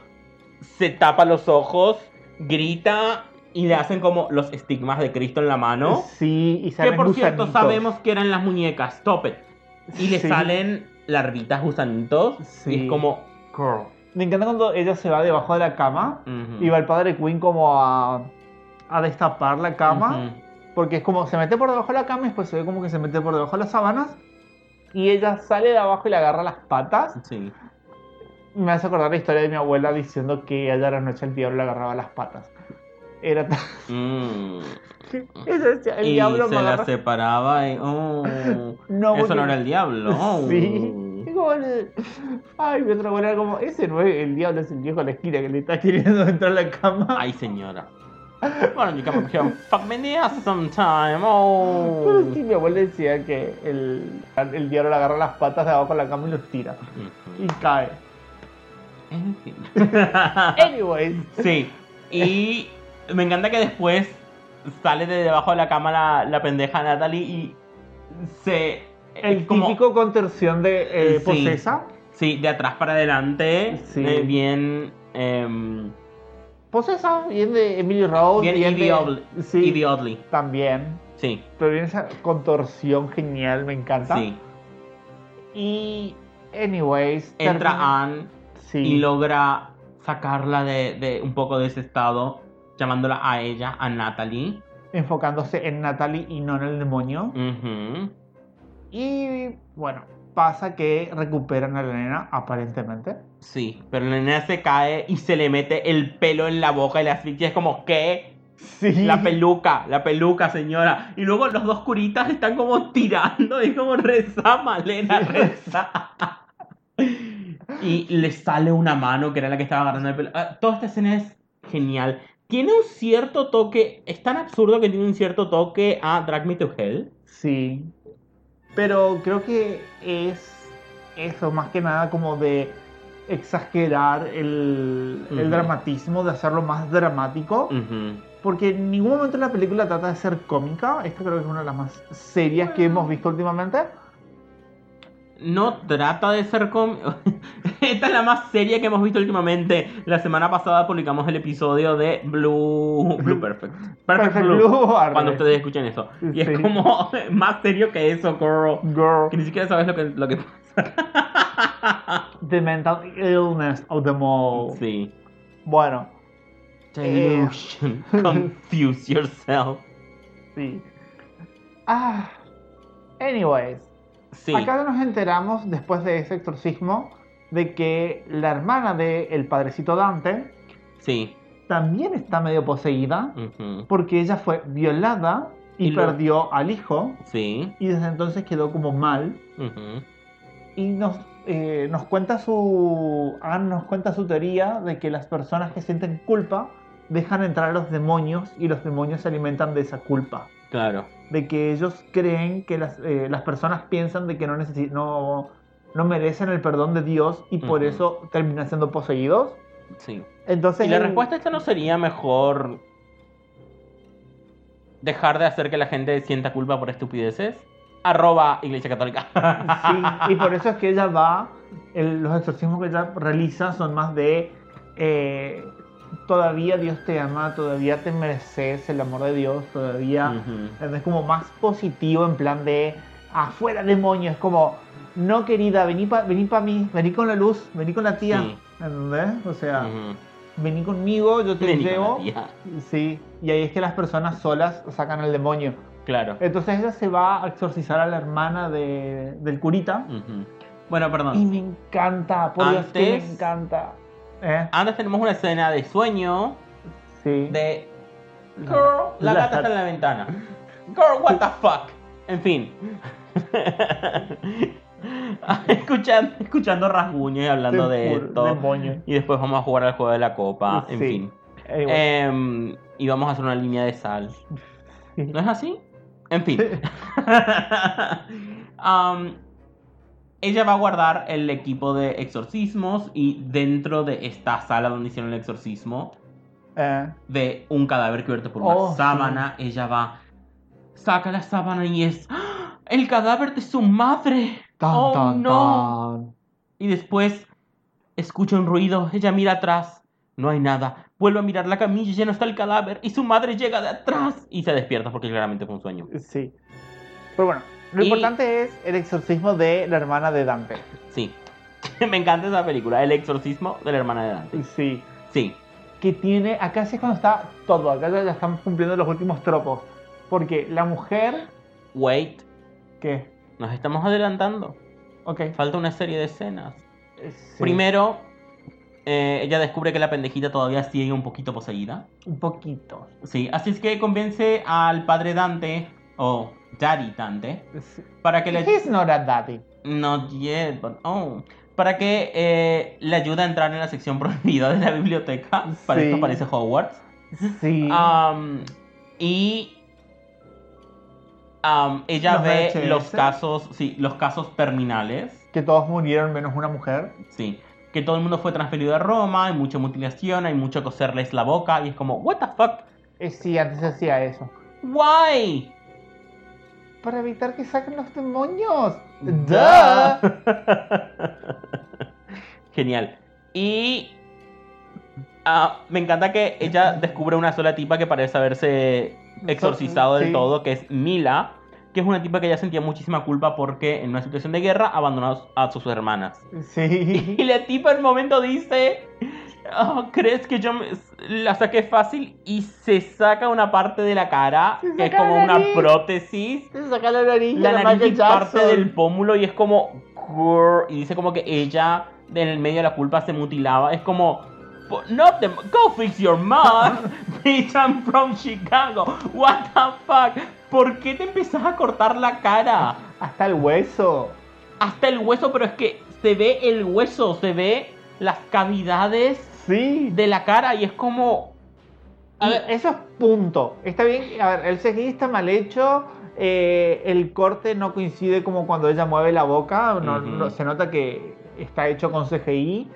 se tapa los ojos, grita y le hacen como los estigmas de Cristo en la mano. Sí, y Que salen por cierto gusanitos. sabemos que eran las muñecas, top it. Y le Sí. salen larvitas gusanitos. Y Sí. es como, girl. Me encanta cuando ella se va debajo de la cama Ujú. y va el padre Queen como a, a destapar la cama, Ujú. porque es como se mete por debajo de la cama y después se ve como que se mete por debajo de las sábanas y ella sale de abajo y le agarra las patas. Sí. Me hace acordar la historia de mi abuela diciendo que ella a la noche el diablo le agarraba las patas. Era tan... Mm. [laughs] Ella decía, el y diablo se me la agarra... separaba y oh, No, eso porque- no era el diablo oh. [laughs] Sí. Y como el- Ay, mi otra abuela era como, ese no es el diablo, es el viejo de la esquina que le está queriendo [laughs] entrar a la cama. ay señora bueno you can hear fuck me in the ass sometime oh Pero sí, mi abuela decía que el, el diablo le agarra las patas de abajo de la cama y los tira. Y [laughs] cae. en fin Anyways. sí y me encanta que después sale de debajo de la cama la, la pendeja Natalie y se El es como- típico contorsión de eh, Sí. posesa. sí de atrás para adelante Sí. eh, bien em, Posesa, bien de Emily Rose. bien bien de- idiotly Sí, idiotly también. sí Pero bien esa contorsión genial, me encanta. sí Y, anyways. termina- entra Anne Sí. y logra sacarla de, de un poco de ese estado, llamándola a ella, a Natalie. Enfocándose en Natalie y no en el demonio. Mm. Ujú. Y, bueno, pasa que recuperan a la nena, aparentemente. Sí, pero la nena se cae y se le mete el pelo en la boca y la asfixia. Es como, ¿qué? Sí. La peluca, la peluca, señora. Y luego los dos curitas están como tirando y es como, reza, Malena, reza. Y le sale una mano que era la que estaba agarrando el pelo. Ah, toda esta escena es genial. Tiene un cierto toque, es tan absurdo que tiene un cierto toque a Drag Me to Hell. Sí. Pero creo que es eso, más que nada como de exagerar el, el Ujú. Mm. dramatismo, de hacerlo más dramático. Ujú. Porque en ningún momento la película trata de ser cómica. Esta creo que es una de las más serias que hemos visto últimamente. No trata de ser com... [laughs] Esta es la más seria que hemos visto últimamente. La semana pasada publicamos el episodio de Blue... [laughs] Blue Perfect. Perfect, Blue. Arre. Cuando ustedes escuchen eso. Y es Sí. como [laughs] más serio que eso, girl. Que Girl, ni siquiera sabes lo que, lo que pasa. the mental illness of them all. [laughs] sí. Bueno, Delusion. [laughs] Confuse yourself. sí. Ah, anyways. Sí. Acá nos enteramos después de ese exorcismo de que la hermana de el padrecito Dante Sí. también está medio poseída ujú, porque ella fue violada y, Mm. Y lo- perdió al hijo Sí. y desde entonces quedó como mal ujú, y nos, eh, nos cuenta su Anne nos cuenta su teoría de que las personas que sienten culpa dejan entrar a los demonios y los demonios se alimentan de esa culpa Claro. de que ellos creen que las, eh, las personas piensan de que no, necesi- no, no merecen el perdón de Dios y por Ujú. eso terminan siendo poseídos. Sí. Entonces, Y la él- respuesta a esta no sería mejor dejar de hacer que la gente sienta culpa por estupideces. Arroba Iglesia Católica. Sí, y por eso es que ella va, el- los exorcismos que ella realiza son más de eh, todavía Dios te ama, todavía te mereces el amor de Dios, todavía... Ujú. Es como más positivo en plan de afuera demonio, es como no querida, vení para vení pa mí, vení con la luz, vení con la tía, Sí. ¿entendés? O sea, Ujú. vení conmigo, yo te Vení con llevo. la tía. Sí, y ahí es que las personas solas sacan al demonio. Claro. Entonces ella se va a exorcizar a la hermana de- del curita Ujú. Bueno, y perdón. me encanta, por Dios que me Antes- encanta. ¿Eh? Antes tenemos una escena de sueño Sí. de... Girl, la La gata está en la ventana. Girl, what the fuck. En fin. [laughs] escuchando, escuchando rasguños y hablando de puro esto. demonio. Y después vamos a jugar al juego de la copa, en Sí. fin. Eh, bueno. Em, y vamos a hacer una línea de sal. Sí. ¿No es así? En fin. [laughs] Am, ella va a guardar el equipo de exorcismos y dentro de esta sala donde hicieron el exorcismo [laughs] Eh, de un cadáver cubierto por Oh, una sí. sábana, ella va, saca la sábana y es ¡Ah! el cadáver de su madre. tan, oh tan, no. tan. Y después escucha un ruido, ella mira atrás, no hay nada, vuelve a mirar la camilla y ya no está el cadáver y su madre llega de atrás y se despierta porque claramente fue un sueño. Sí. Pero bueno, lo Y- importante es el exorcismo de la hermana de Dante. Sí. [laughs] Me encanta esa película, El exorcismo de la hermana de Dante. Sí. Sí. Que tiene. Acá sí es cuando está todo. Acá ya ya estamos cumpliendo los últimos tropos. Porque la mujer. Wait, que nos estamos adelantando. Ok. Falta una serie de escenas. Sí. Primero, eh, ella descubre que la pendejita todavía sigue un poquito poseída. Un poquito. Sí, así es que convence al padre Dante, o Daddy Dante, Sí. para que le... He's not a daddy. Not yet, but oh. Para que eh, le ayude a entrar en la sección [laughs] prohibida de la biblioteca. Para Sí. esto parece Hogwarts. Sí. Am, y am, ella Los ve VHS. los casos, sí, los casos terminales. Que todos murieron menos una mujer. Sí. Que todo el mundo fue transferido a Roma, hay mucha mutilación, hay mucho coserles la boca, y es como, what the fuck? Eh, sí, antes se hacía eso. Why? Para evitar que saquen los demonios. Duh. Duh. [laughs] Genial. Y ah, me encanta que ella descubre una sola tipa que parece haberse exorcizado del Sí. todo, que es Mila, que es una tipa que ella sentía muchísima culpa porque en una situación de guerra abandonó a sus hermanas. Y Sí. la tipa en un momento dice, "Oh, ¿crees que yo me- la saqué fácil? Y se saca una parte de la cara, Se que es saca como la una nariz. prótesis [laughs] Se saca la nariz. la de nariz Michael y parte Jackson. del pómulo y es como "Grr", y dice como que ella en el medio de la culpa se mutilaba es como "Po- not the go fix your mouth [laughs] bitch I'm from Chicago what the fuck ¿por qué te empezás a cortar la cara Hasta el hueso. hasta el hueso pero es que se ve el hueso se ve las cavidades Sí. de la cara y es como A y- ver, eh, eso es punto. Está bien, a ver, el CGI está mal hecho, eh, el corte no coincide como cuando ella mueve la boca, no- Ujú. no- se nota que está hecho con CGI,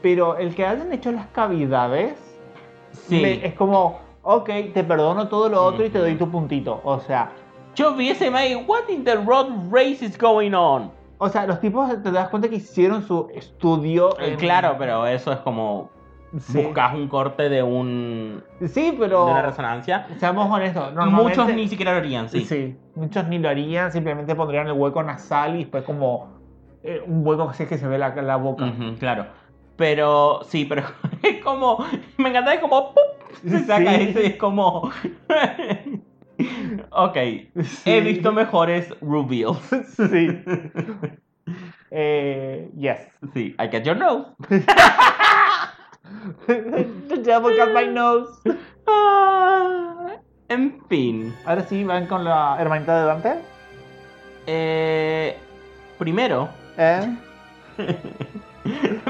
pero el que hayan hecho las cavidades sí me- eh. es como, ok, te perdono todo lo otro y te Ujú. doy tu puntito. O sea, yo vi ese mail what in the road race is going on o sea, los tipos te das cuenta que hicieron su estudio. Eh, en- Claro, pero eso es como Sí, buscas un corte de un Sí, de pero una resonancia. seamos honestos, normalmente- Muchos ni siquiera lo harían, sí. Sí. muchos ni lo harían, simplemente pondrían el hueco nasal y después como eh, un hueco así que se ve la, la boca. [laughs] Ujú, claro. Pero sí, pero [laughs] es como me encanta es como ¡pup! se saca Sí. eso y es como [laughs] ok, Sí. [laughs] he visto mejores reveals. Sí. Eh, yes. [laughs] Sí, I get your nose. The devil got my nose. Ah, en fin. Ahora sí, van con la hermanita de Dante. Eh, primero, [laughs] ¿Eh?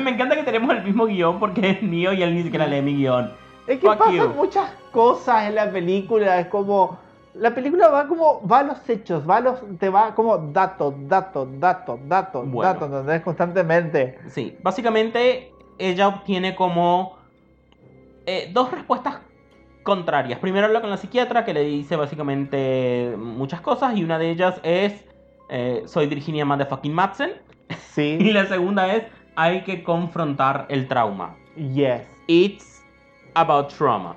me encanta que tenemos el mismo guión porque es mío y él ni Mm. siquiera lee mi guión. Es que Fuck pasan you. muchas cosas en la película. Es como. La película va como. Va a los hechos. Va a los. Te va como datos, datos, datos, datos, Bueno. datos. ¿Entendés? Constantemente. Sí, básicamente ella obtiene como eh, dos respuestas contrarias. Primero habla con la psiquiatra que le dice básicamente muchas cosas y una de ellas es eh, soy Virginia Motherfucking Madsen [laughs] y Sí. la segunda es hay que confrontar el trauma. Yes. It's about trauma.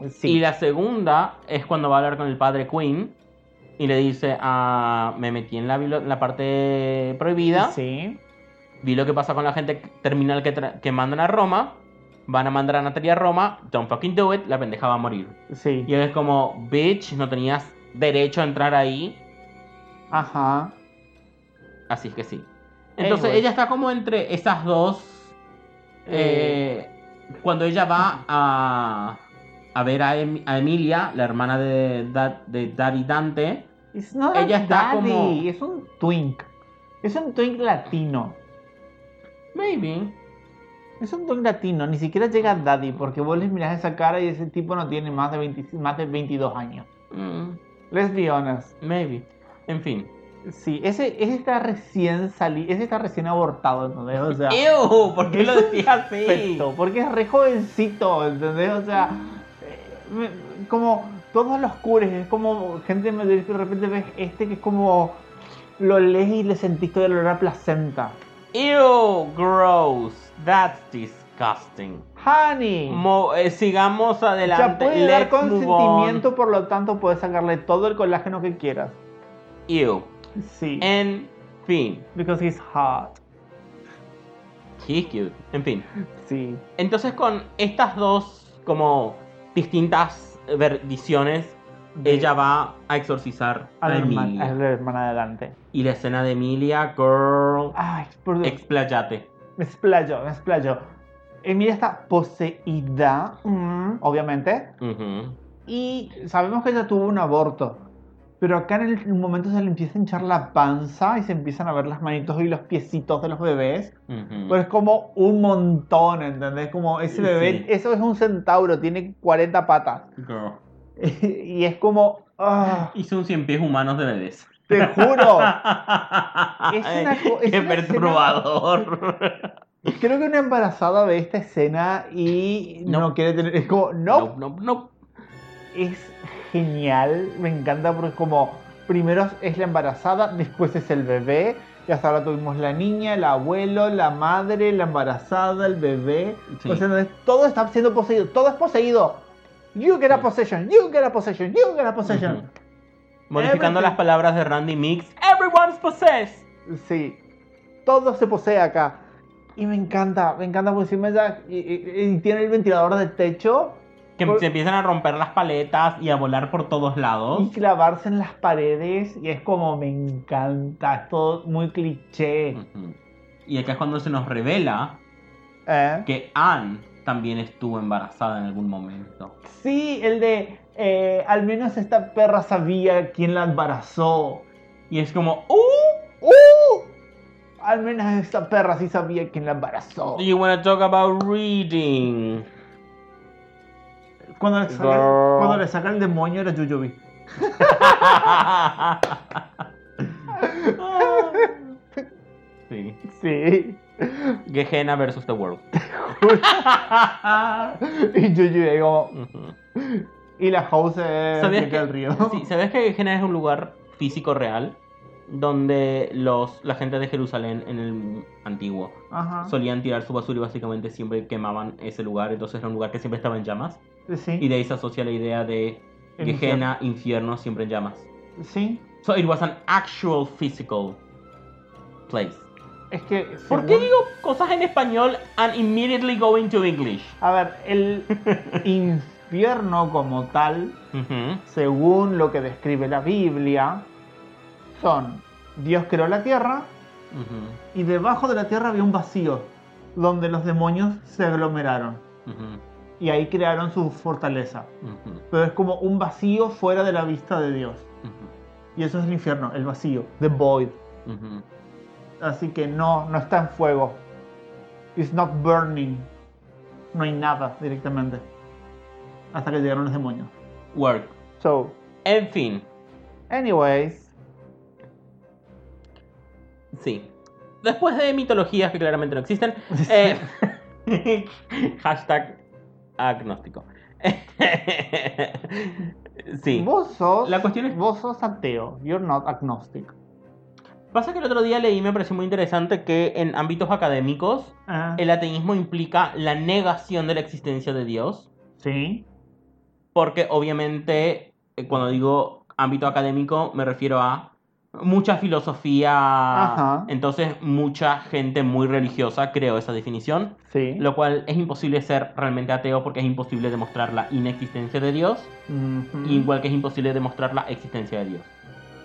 Y Sí. la segunda es cuando va a hablar con el padre Queen y le dice, ah, me metí en la, bibli- la parte prohibida Sí. vi lo que pasa con la gente terminal que, tra- que mandan a Roma, van a mandar a Natalia a Roma, don't fucking do it, la pendeja va a morir. Sí. Y él es como, bitch, no tenías derecho a entrar ahí, Ajá. así es que sí. Entonces Anyway. ella está como entre esas dos, eh, cuando ella va a, a ver a, Em- a Emilia, la hermana de, Da- de Daddy Dante, It's not Ella a está daddy, como- Es un twink. Es un twink latino. maybe, Es un twink latino. Ni siquiera llega a daddy porque vos les mirás esa cara y ese tipo no tiene más de, 20 más de 22 años. mm, Let's be honest. maybe, en fin. Sí, ese, ese está recién salido, ese está recién abortado, ¿entendés? O Eh, sea, ¡Ew! ¿Por qué lo decías [laughs] así? perfecto, porque es re jovencito, ¿entendés? O sea, eh, me- como todos los cures, es como gente mayor que de repente ves este que es como lo lees y le sentís todo el olor a placenta. Ew, gross. That's disgusting. Honey, Mo- eh, sigamos ya adelante. puede dar Let's move consentimiento, on. por lo tanto puedes sacarle todo el colágeno que quieras. Ew. Sí, En fin. because he's hot. He's cute. En fin. Sí, Entonces con estas dos como distintas ver- visiones, De- ella va a exorcizar a a, la, hermana, a Emilia. la hermana adelante. Y la escena de Emilia, girl, Ay, por Dios. explayate. Me explayo, me explayo. Emilia está poseída, mm, obviamente, Ujú. y sabemos que ella tuvo un aborto. Pero acá en el momento se le empieza a hinchar la panza y se empiezan a ver las manitos y los piecitos de los bebés. Ujú. Pero es como un montón, ¿entendés? Como ese bebé, Mm. Sí. eso es un centauro, tiene 40 patas. [laughs] Girl. y es como, ah, Hizo un cien pies humanos de bebés. te juro. es una co- es [laughs] Qué una perturbador. Creo que una embarazada ve esta escena y no, No. quiere tener, es como, no, No, no, no. es genial, me encanta porque es como primero es la embarazada, después es el bebé, y hasta ahora tuvimos la niña, el abuelo, la madre, la embarazada, el bebé. Sí. O sea, entonces, todo está siendo poseído, todo es poseído. You get a possession, you get a possession, you get a possession. Modificando Everything. las palabras de Randy Mix, everyone's possessed. Sí, todo se posee acá. Y me encanta, me encanta porque encima ella y- y- y tiene el ventilador de techo Que Por- se empiezan a romper las paletas y a volar por todos y lados. clavarse en las paredes y es como me encanta, es todo muy cliché. Ujú. Y acá es cuando se nos revela ¿Eh? que Anne también estuvo embarazada en algún momento. Sí, el de eh, al menos esta perra sabía quién la embarazó. Y es como, ¡Uh! ¡Uh! Al menos esta perra sí sabía quién la embarazó. Do you wanna talk about reading? [laughs] Cuando le, saca, Girl. cuando le saca el demonio era Yuyubi. sí. Sí. [laughs] Gehenna versus the world. y Yuyubi como. Ujú. Y la house es ¿Sabías Enrique que- del río. [laughs] Sí, ¿sabías que Gehenna es un lugar físico real? Donde los, la gente de Jerusalén en el antiguo [laughs] Ajá. solían tirar su basura y básicamente siempre quemaban ese lugar. Entonces era un lugar que siempre estaba en llamas. Sí. Y de ahí se asocia la idea de Infierno. Gehenna, infierno, siempre en llamas. Sí. So it was an actual physical place. Es que. ¿Por qué según- digo cosas en español and immediately go into English? A ver, [laughs] el infierno como tal Ujú. según lo que describe la Biblia, son Dios creó la tierra, Ujú, y debajo de la tierra había un vacío donde los demonios se aglomeraron ujú, y ahí crearon su fortaleza. ujú, Pero es como un vacío fuera de la vista de Dios. ujú, Y eso es el infierno, el vacío, the void. ujú. Así que no, no está en fuego. It's not burning. No hay nada directamente. Hasta que llegaron los demonios. Work. So, En fin, anyways, sí. Después de mitologías que claramente no existen, eh, [laughs] hashtag agnóstico. [laughs] sí. vos sos La cuestión es- vos sos ateo. You're not agnostic. Pasa que el otro día leí, me pareció muy interesante que en ámbitos académicos Ah, el ateísmo implica la negación de la existencia de Dios, sí. porque obviamente eh, cuando digo ámbito académico me refiero a mucha filosofía, Ajá. entonces mucha gente muy religiosa creó esa definición, Sí. lo cual es imposible ser realmente ateo porque es imposible demostrar la inexistencia de Dios, Ujú. igual que es imposible demostrar la existencia de Dios.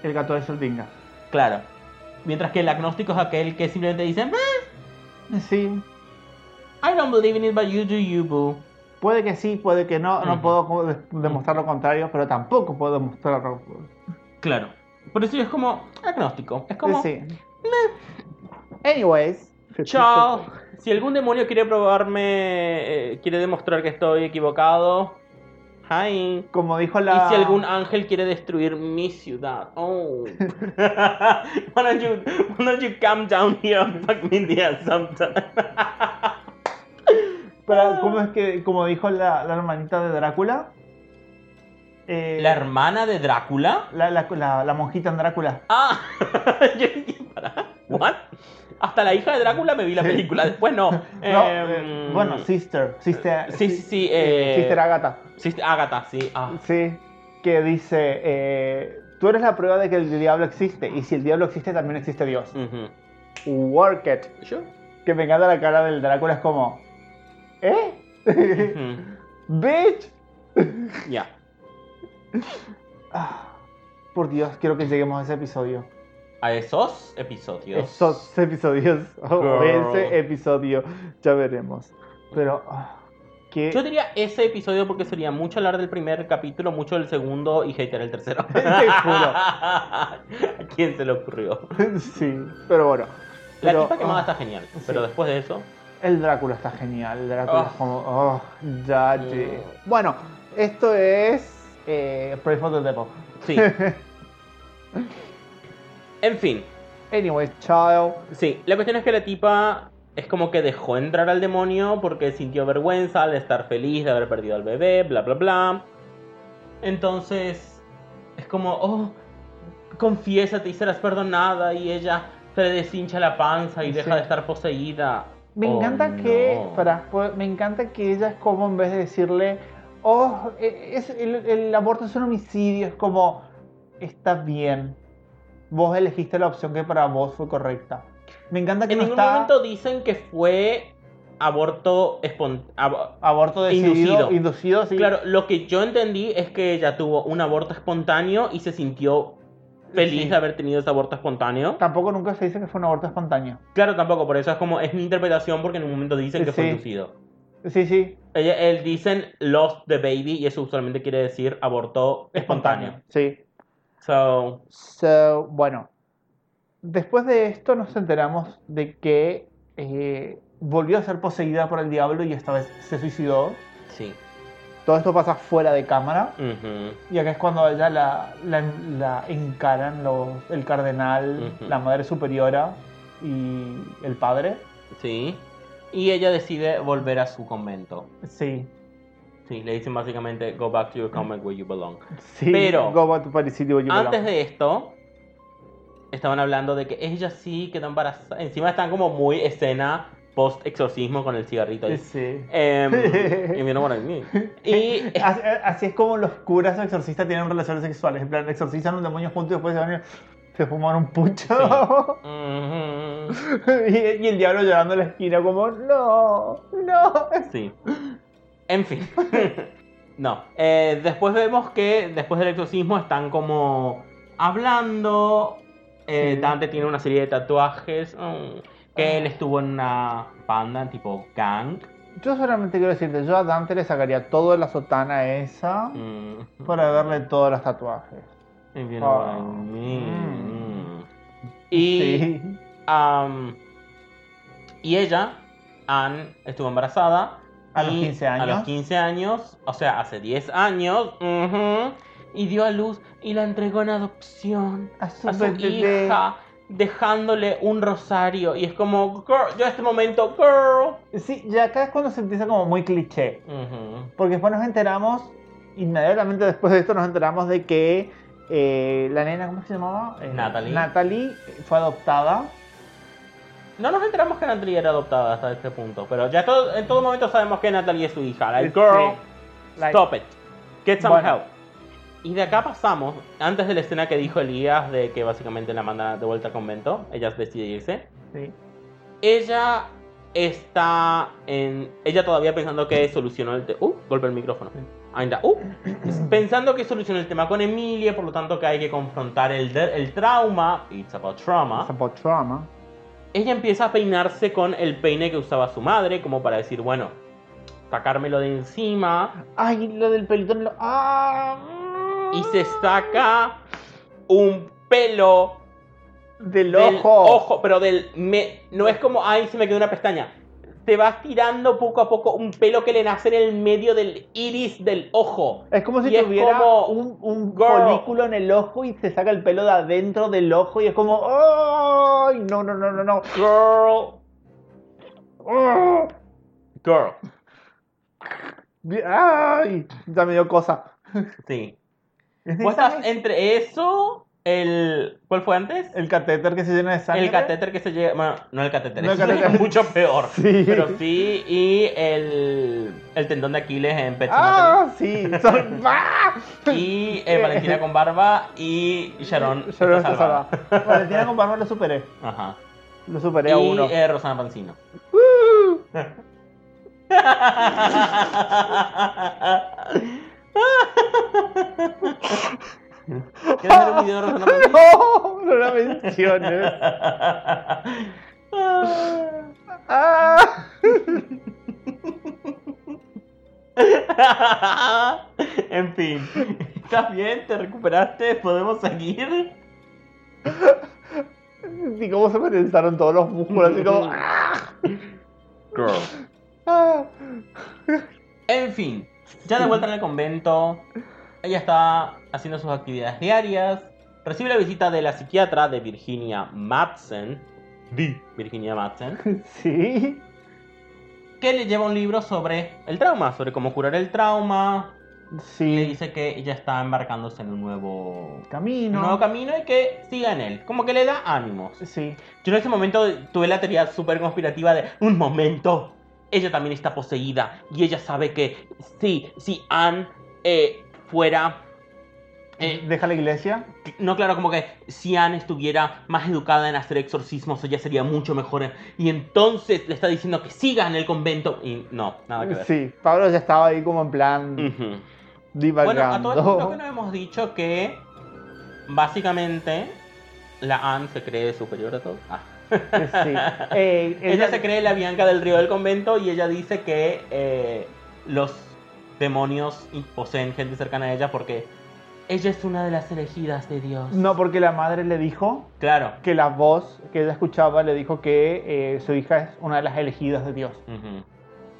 El gato de Schrödinger. Claro. Mientras que el agnóstico es aquel que simplemente dice, "Meh, Sí. I don't believe in it, but you do you, boo. Puede que sí, puede que no. No Ujú. puedo como de- demostrar lo contrario, pero tampoco puedo demostrar lo Claro. Por eso es como agnóstico. Es como, Sí. Anyways. chao. Si algún demonio quiere probarme, eh, quiere demostrar que estoy equivocado, hi. Como dijo la. Y si algún ángel quiere destruir mi ciudad, oh. [laughs] why, don't you, why don't you come down here and fuck me in the ass sometime? Para- ¿Cómo es que, como dijo la, la hermanita de Drácula? Eh, ¿La hermana de Drácula? la, la- la- la monjita en Drácula. Ah, [laughs] yo dije, pará, ¿what? Hasta la hija de Drácula me vi la película, después [laughs] no. No, Em, eh, bueno, sister. Sister. Sí, sí, sí. eh, Sister Agatha. sí, Agatha, sí. ah. Sí. Que dice. eh, Tú eres la prueba de que el diablo existe. Y si el diablo existe, también existe Dios. Ujú. Mm. Work it. Sure. Que me encanta la cara del Drácula. Es como. ¿Eh? Ujú. Bitch. Ya. Ah, por Dios, quiero que lleguemos a ese episodio. A esos episodios. Esos episodios o Girl. ese episodio, ya veremos. Pero ah, qué Yo diría ese episodio porque sería mucho hablar del primer capítulo, mucho del segundo y hater [laughs] el tercero. Te juro. [laughs] ¿A quién se le ocurrió? [laughs] sí, pero bueno. La Pero, tipa quemada ah, está genial, pero sí. después de eso. El Drácula está genial, el Drácula Ah. es como oh, ya Mm. llegué. Bueno, esto es eh, Pray for the Devil. [laughs] Sí. en fin. Anyway, child. Sí, la cuestión es que la tipa es como que dejó entrar al demonio porque sintió vergüenza al estar feliz de haber perdido al bebé, bla, bla, bla. Entonces, es como, oh, confiésate y serás perdonada y ella se le deshincha la panza y Sí. deja de estar poseída. Me Oh, encanta que, no. para, me encanta que ella es como en vez de decirle, oh, eh, es, el, el aborto es un homicidio, es como, está bien, vos elegiste la opción que para vos fue correcta. Me encanta que En no ningún está momento dicen que fue aborto espontáneo. aborto decidido, Inducido. inducido, sí. Claro, lo que yo entendí es que ella tuvo un aborto espontáneo y se sintió feliz Sí. de haber tenido ese aborto espontáneo. Tampoco nunca se dice que fue un aborto espontáneo. Claro, tampoco, por eso es como, es mi interpretación porque en un momento dicen que fue Sí. inducido. Sí, sí. Ella- él dicen lost the baby y eso usualmente quiere decir abortó espontáneo. Sí. So, So, bueno, después de esto nos enteramos de que eh, volvió a ser poseída por el diablo y esta vez se suicidó. sí. Todo esto pasa fuera de cámara. Ujú, Y acá es cuando ella la, la, la encaran los, el cardenal, Ujú. la madre superiora y el padre. Sí. Y ella decide volver a su convento. Sí, Sí, le dicen básicamente, go back to your convent where you belong. sí. Pero- Go back to Paris City, where you belong. Antes de esto, estaban hablando de que ella sí quedó embarazada. Encima están como muy escena post-exorcismo con el cigarrito. [laughs] ahí. Sí. Em, y you know what I mean. Y Así, así es como los curas o exorcistas tienen relaciones sexuales. En plan, exorcizan un demonio juntos y después se van y se fuman un pucho. Ujú. [laughs] y, y el diablo llorando en la esquina como, no, no. Sí. En fin. [laughs] No. Eh, después vemos que después del exorcismo están como hablando. Eh, Sí. Dante tiene una serie de tatuajes. mm, que él estuvo en una banda tipo gang. Yo solamente quiero decirte, yo a Dante le sacaría toda la sotana esa Mm. para verle todos los tatuajes. If you Ah. know what I mean. Mm. [laughs] Y, Sí. am, y ella, Anne, estuvo embarazada. A los y 15 años. A los 15 años, o sea, hace 10 años. ujú, y dio a luz y la entregó en adopción A su, a su bebé. hija, dejándole un rosario. Y es como, girl, yo en este momento, girl. Sí, y acá es cuando se empieza como muy cliché. Ujú. Porque después nos enteramos, inmediatamente después de esto nos enteramos de que eh, la nena, ¿cómo se llamaba? Eh, Natalie. Natalie fue adoptada. No nos enteramos que Natalie era adoptada hasta este punto, pero ya todo- en todo momento sabemos que Natalie es su hija. Like, girl, Sí. Este, Like, stop it. Get some Bueno. help. Y de acá pasamos, antes de la escena que dijo Elías de que básicamente la manda de vuelta al convento, ella decide irse. sí. Ella está en. Ella todavía pensando que solucionó el tema. Uh, golpe el micrófono. Ainda. Uh, pensando que solucionó el tema con Emilia, por lo tanto que hay que confrontar el, de- el trauma. It's about trauma. It's about trauma. Ella empieza a peinarse con el peine que usaba su madre, como para decir, bueno, sacármelo de encima. Ay, lo del pelito. Lo... ¡Ah! Y se saca un pelo Del del ojo. ojo, pero del. me- no es como, ay, se me quedó una pestaña. Te vas tirando poco a poco un pelo que le nace en el medio del iris del ojo. Es como si Y es tuviera como, un, un girl. folículo en el ojo y se saca el pelo de adentro del ojo y es como. ¡Ay! No, no, no, no, no. Girl, ¡Ah! girl. ¡Ay! Ya me dio cosa. Sí. ¿Es de Vos estás sangre? entre eso, el. ¿Cuál fue antes? El catéter que se llena de sangre. El catéter que se llega. Bueno, no el catéter, No el eso es catéter. mucho peor. [laughs] Sí. Pero sí, y el, el tendón de Aquiles en Pet ¡Ah! Sí. Son... ¡Ah! Sematary. Y [laughs] eh, Valentina con barba y Sharon. Yo no está estoy salvada. salvada. Valentina con Barba lo superé. Ajá. Lo superé a Y uno. eh, Rosana Pancino. ¡Uh! ¿Quieres ver un video de Rosana Pancino? [laughs] ¡No! No la menciones. ¡Ah! en fin, ¿estás bien? ¿Te recuperaste? ¿Podemos seguir? Y cómo se me tensaron todos los músculos. Así [laughs] como. ¡Ah! ¡Ah! En fin, ya de vuelta en el convento, ella está haciendo sus actividades diarias, recibe la visita de la psiquiatra de Virginia Madsen, Virginia Madsen, [laughs] Sí. que le lleva un libro sobre el trauma, sobre cómo curar el trauma, y Sí. le dice que ella está embarcándose en un nuevo, un Camino. nuevo camino y que siga en él, como que le da ánimos. sí. Yo en ese momento tuve la teoría súper conspirativa de un momento. Ella también está poseída y ella sabe que sí, si Anne eh, fuera... eh, Deja la iglesia. no, claro, como que si Anne estuviera más educada en hacer exorcismos, ella sería mucho mejor. Y entonces le está diciendo que siga en el convento. Y no, nada que ver. Sí. Pablo ya estaba ahí como en plan. Ujú. Bueno, a divagando. todo esto creo que nos hemos dicho que básicamente la Anne se cree superior a todos. Ah. Sí. Eh, [laughs] Ella se cree la Bianca del Río del Convento y ella dice que eh, los demonios y- poseen gente cercana a ella porque ella es una de las elegidas de Dios. No, porque la madre le dijo Claro. que la voz que ella escuchaba le dijo que eh, su hija es una de las elegidas de Dios. Ujú.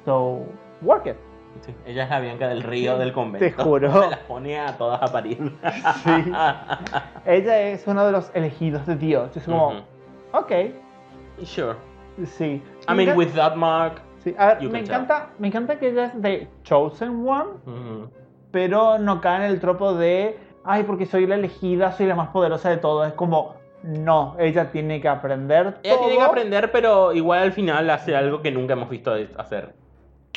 So, work it. Sí, Ella es la Bianca del Río del Convento. Te juro. [laughs] Las pone a todas a parir. [laughs] Sí. ella es uno de los elegidos de Dios. Es como, ok, Ujú. Sure. sí. I Me mean, encan- with that mark. sí, A ver, you me can tell. encanta, me encanta que ella es de Chosen One, Ujú. pero no cae en el tropo de, ay, porque soy la elegida, soy la más poderosa de todos. Es como, no, ella tiene que aprender Ella tiene que todo, aprender, pero igual al final hace algo que nunca hemos visto de- hacer.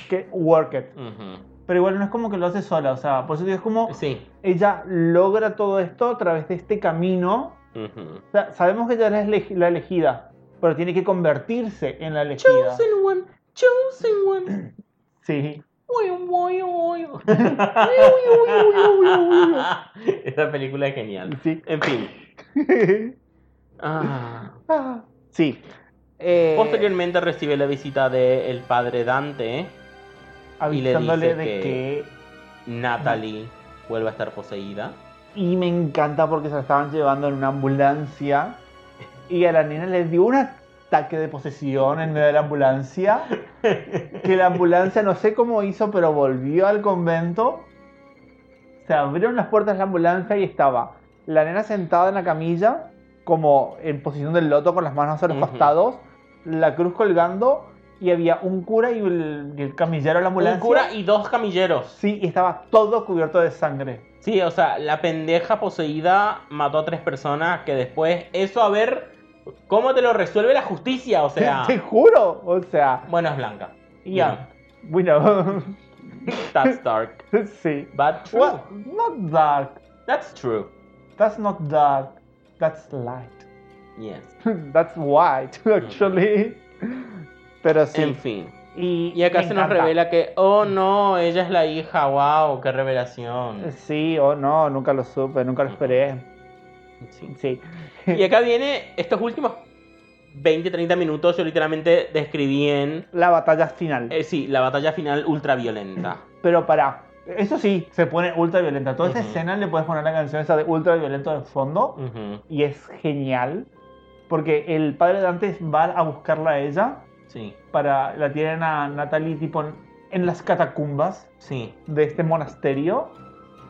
que work it. Ujú. Pero igual no es como que lo hace sola, o sea, por eso digo, es como Sí. ella logra todo esto a través de este camino. Ujú. O sea, sabemos que ella es eleg- la elegida, pero tiene que convertirse en la elegida. Chosen one, chosen one. [clears throat] Sí. Uy, uy, uy, uy. [laughs] Esa película es genial. Sí. [laughs] En fin, Ah. Ah, sí. Eh, Posteriormente recibe la visita del padre Dante. avisándole dice de que- que... Natalie vuelve a estar poseída. Y me encanta porque se la estaban llevando en una ambulancia. Y a la nena le dio un ataque de posesión en medio de la ambulancia. Que la ambulancia no sé cómo hizo, pero volvió al convento. Se abrieron las puertas de la ambulancia y estaba la nena sentada en la camilla, como en posición del loto con las manos a los Ujú. costados, la cruz colgando y había un cura y el, y el camillero de la ambulancia. Un cura y dos camilleros. Sí, y estaba todo cubierto de sangre. Sí, o sea, la pendeja poseída mató a tres personas que después, eso a ver, ¿cómo te lo resuelve la justicia? O [laughs] sea, [laughs] Te juro, o sea... bueno, es blanca. Yeah. [laughs] Bueno, That's dark. sí. But true. Well, not dark. That's true. That's not dark. That's light. [laughs] Yes. That's white, [laughs] actually. Pero En sí. fin. Y, Y acá me se nos encanta. revela que, oh no, ella es la hija, wow, qué revelación. Sí, o no, nunca lo supe, nunca lo esperé. [laughs] Sí. Sí. Y acá viene estos últimos 20, 30 minutos, yo literalmente describí en La batalla final. Eh, sí, la batalla final ultra violenta. Pero para. Eso sí, se pone ultra violenta. Toda esa Ujú. escena le puedes poner la canción esa de ultra violento de fondo. Y es genial. Porque el padre de antes va a buscarla a ella. Sí, para la tienen a Natalie tipo en, en las catacumbas sí. de este monasterio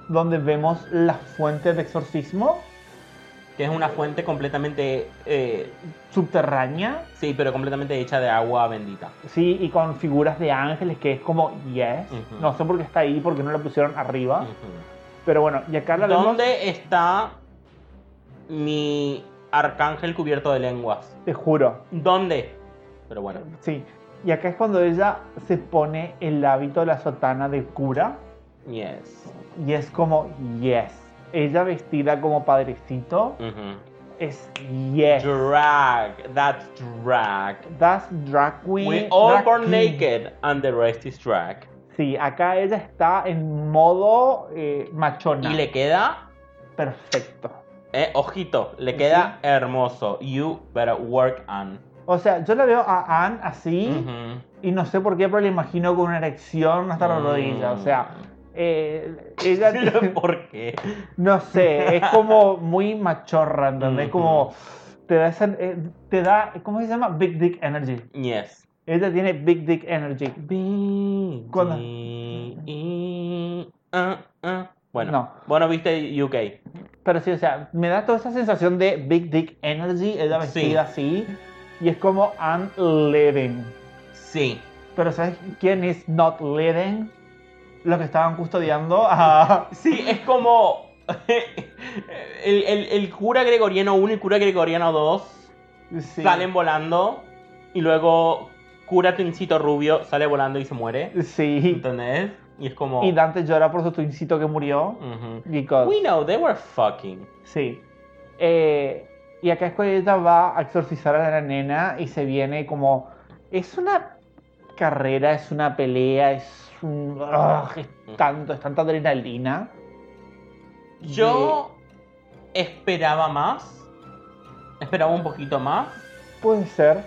donde vemos la fuente de exorcismo Que es una fuente completamente. eh, subterránea sí, pero completamente hecha de agua bendita. sí y con figuras de ángeles que es como yes Ujú. no sé por qué está ahí porque no la pusieron arriba Ujú. pero bueno y acá la vemos ¿Dónde está mi arcángel cubierto de lenguas? te juro ¿Dónde? Pero bueno. sí y acá es cuando ella se pone el hábito de la sotana de cura Yes. y es como yes ella vestida como padrecito Ujú. es yes Drag. That's drag. That's drag queen. We all drag born king. naked and the rest is drag. Sí, acá ella está en modo eh, machona. Y le queda Perfecto. Eh, ojito, le queda hermoso. You better work on. O sea, yo la veo a Anne así Ujú. y no sé por qué, pero la imagino con una erección hasta la Mm. rodilla. O [laughs] sea, eh, ella ¿Por qué? [laughs] no sé, es como muy machorra, ¿entendés? Ujú. Como te da esa, eh, te da, ¿cómo se llama? Big Dick Energy. Yes. Ella tiene Big Dick Energy. Con la- B- ah, ah. Bueno, No. bueno, viste UK. Pero sí, o sea, me da toda esa sensación de Big Dick Energy, ella Sí. vestida así. Y es como I'm living. Sí. Pero ¿sabes quién es not living? Los que estaban custodiando [laughs] a... Sí, es como [laughs] el, el- el cura gregoriano 1 y cura gregoriano 2 Sí. salen volando y luego cura Trincito Rubio sale volando y se muere. Sí. ¿Entendés? Y es como... Y Dante llora por su twincito que murió. Ujú. Because... We know they were fucking. Sí. Eh, y acá es cuando ella va a exorcizar a la nena y se viene como... Es una carrera, es una pelea, es un... ah, ugh, es tanto, es tanta adrenalina. Yo esperaba más. Esperaba un poquito más. Eh, puede ser.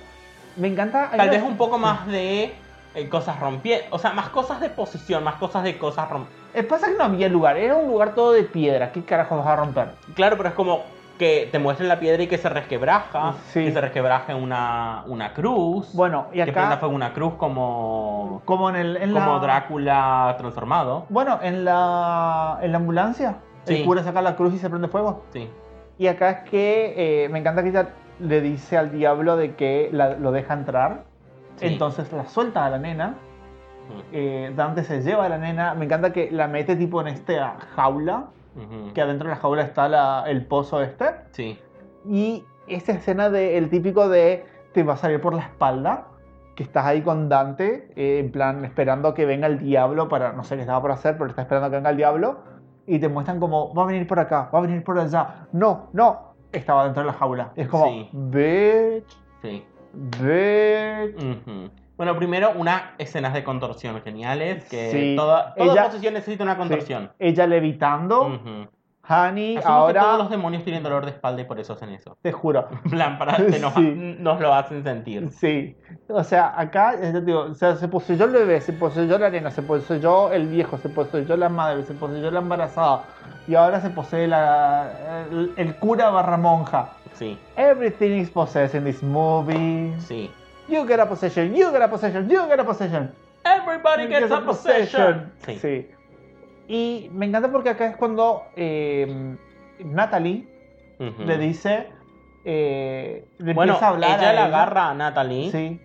Me encanta... hay Tal una- vez un poco más de eh, cosas rompiendo. O sea, más cosas de posición, más cosas de cosas rompiendo. Eh, pasa que no había lugar, era un lugar todo de piedra. ¿Qué carajo vas a romper? Claro, pero es como que te muestren la piedra y que se resquebraja. Sí. Que se resquebraje una, una cruz. Bueno, y que prenda acá, fuego una cruz como. como en el... En Como la... Drácula transformado. Bueno, en la, en la ambulancia. Sí. El cura saca la cruz y se prende fuego. Sí. Y acá es que eh, me encanta que ella le dice al diablo de que la- lo deja entrar. Sí. Entonces la suelta a la nena. Ujú. eh, Dante se lleva a la nena. Me encanta que la mete tipo en esta jaula. Ujú. Que adentro de la jaula está la- el pozo este. Sí. Y esa escena del típico de te va a salir por la espalda, que estás ahí con Dante, eh, en plan esperando que venga el diablo para, no sé qué estaba por hacer, pero está esperando que venga el diablo, y te muestran como, va a venir por acá, va a venir por allá, no, no, estaba dentro de la jaula. Es como, Sí. bitch, Sí. bitch. Mm. Ujú. Bueno, primero unas escenas de contorsión geniales, que Sí. toda, toda Ella- posición necesita una contorsión. Ella levitando, Ujú. Honey, Mm. Asumo que todos ahora los demonios tienen dolor de espalda y por eso hacen eso. te juro. En [laughs] plan, para que nos, Sí. nos lo hacen sentir. Sí, o sea, acá eh, te digo, o sea, se poseyó el bebé, se poseyó la arena, se poseyó el viejo, se poseyó la madre, se poseyó la embarazada y ahora se posee la, el, el cura barra monja. Sí, Everything is possessed in this movie. sí. You get a possession, you get a possession, you get a possession. Everybody You gets get a possession. Sí. Sí. Y me encanta porque acá es cuando eh, Natalie Ujú. le dice, eh, le Bueno, empieza a hablar. ella a la agarra a Natalie, Sí,